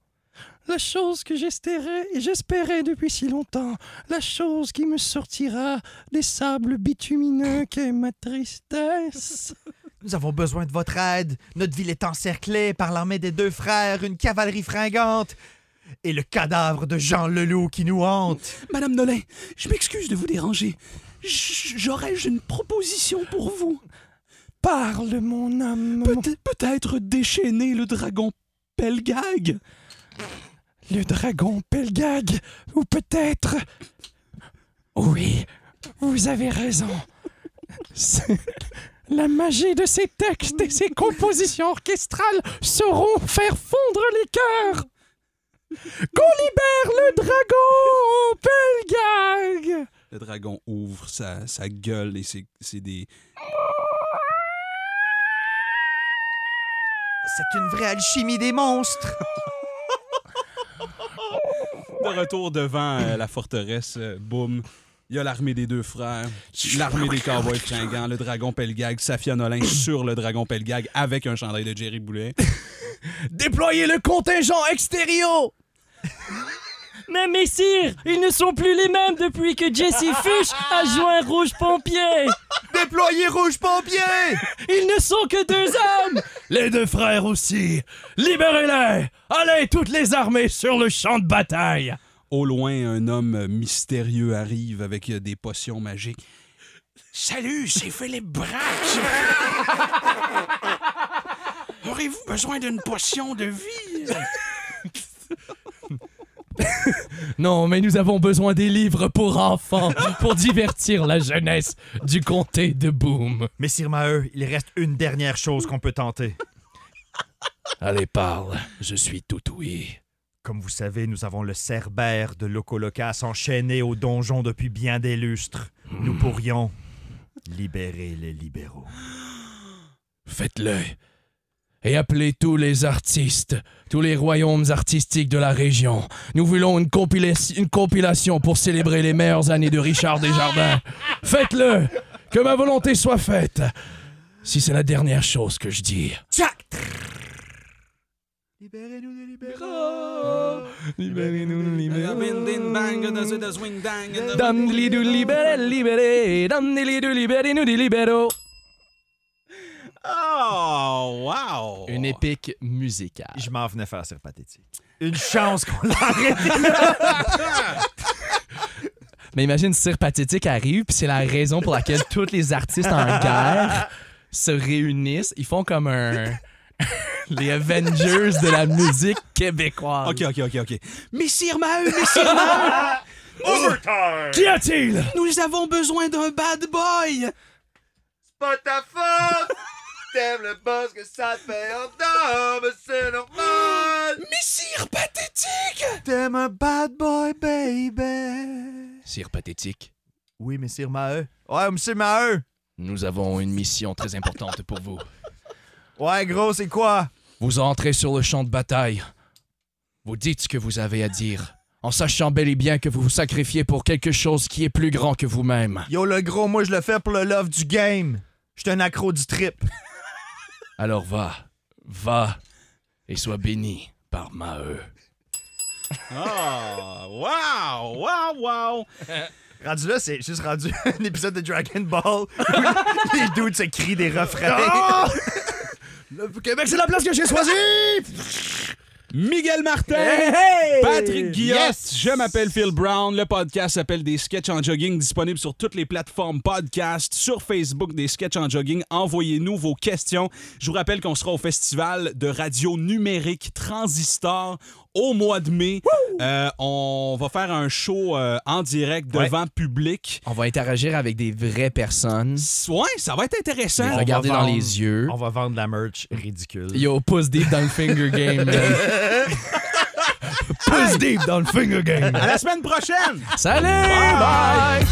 La chose que j'espérais j'espérais depuis si longtemps, la chose qui me sortira des sables bitumineux qu'est ma tristesse.
Nous avons besoin de votre aide. Notre ville est encerclée par l'armée des deux frères, une cavalerie fringante et le cadavre de Jean Leloup qui nous hante.
Madame Nolin, je m'excuse de vous déranger. J- J'aurais-je une proposition pour vous?
Parle, mon homme.
Peut- Peut-être déchaîner le dragon Pelgag?
Le dragon Pelgag, ou peut-être... Oui, vous avez raison. C'est- La magie de ces textes et ces compositions orchestrales sauront faire fondre les cœurs. Qu'on libère le dragon Pelgag
Le dragon ouvre sa, sa gueule et c'est c'est des.
C'est une vraie alchimie des monstres.
De retour devant euh, la forteresse, euh, boum. Il y a l'armée des deux frères, l'armée des cowboys fringants, le dragon Pelgag, Safia Nolin sur le dragon Pelgag avec un chandail de Jerry Boulet.
Déployez le contingent extérieur
Mais messire, ils ne sont plus les mêmes depuis que Jesse Fuchs a joint Rouge Pompier.
Déployez rouge pompier!
Ils ne sont que deux hommes.
Les deux frères aussi Libérez-les Allez, toutes les armées sur le champ de bataille
Au loin, un homme mystérieux arrive avec euh, des potions magiques. Salut, c'est Philippe Brax! Aurez-vous besoin d'une potion de vie?
Non, mais nous avons besoin des livres pour enfants pour divertir la jeunesse du comté de Boom.
Messire Maheu, il reste une dernière chose qu'on peut tenter.
Allez, parle, je suis tout oui.
Comme vous savez, nous avons le cerbère de Locolocas enchaîné au donjon depuis bien des lustres. Nous pourrions libérer les libéraux.
Faites-le. Et appelez tous les artistes, tous les royaumes artistiques de la région. Nous voulons une, compila- une compilation pour célébrer les meilleures années de Richard Desjardins. Faites-le. Que ma volonté soit faite. Si c'est la dernière chose que je dis.
Libérez-nous des
Libérez-nous,
Dans
Damnili du libéré, libéré, damnili du libéré, nous dit libéraux.
Oh, wow!
Une épique musicale.
Je m'en venais faire sur pathétique. Une chance qu'on l'arrête.
Mais imagine Cire Pathétique arrive, puis c'est la raison pour laquelle tous les artistes en guerre se réunissent. Ils font comme un. les Avengers de la musique québécoise.
Ok, ok, ok, ok.
Messire Maheu, Messire Maheu,
Qu'y a-t-il?
nous avons besoin d'un bad boy.
pas ta faute! T'aimes le boss que ça te fait en dehors, mais c'est normal!
Messire pathétique.
T'aimes un bad boy, baby.
Cire Pathétique,
Oui, Messire Maheu. E. Ouais, Monsieur Maheu.
nous avons une mission très importante pour vous.
Ouais, gros, c'est quoi?
Vous entrez sur le champ de bataille. Vous dites ce que vous avez à dire, en sachant bel et bien que vous vous sacrifiez pour quelque chose qui est plus grand que vous-même.
Yo, le gros, moi, je le fais pour le love du game. J'suis un accro du trip.
Alors va, va, et sois béni par E. Maheu.
Oh, wow, wow, wow!
Rendu là, c'est juste rendu un épisode de Dragon Ball où les dudes se crient des refrains.
Miguel Martin! Patrick Guillot, je m'appelle Phil Brown. Le podcast s'appelle Des Sketchs en Jogging, disponible sur toutes les plateformes podcast, sur Facebook Des Sketchs en Jogging. Envoyez-nous vos questions. Je vous rappelle qu'on sera au festival de radio numérique Transistor au mois de mai. Euh, on va faire un show euh, en direct
Ouais.
devant public.
On va interagir avec des vraies personnes.
Ouais, ça va être intéressant.
les regarder
va
dans
vendre-
les yeux.
On va vendre de la merch ridicule.
Yo, pousse deep dans le finger game, man.
Pousse deep dans le finger game.
À la semaine prochaine!
Salut! bye.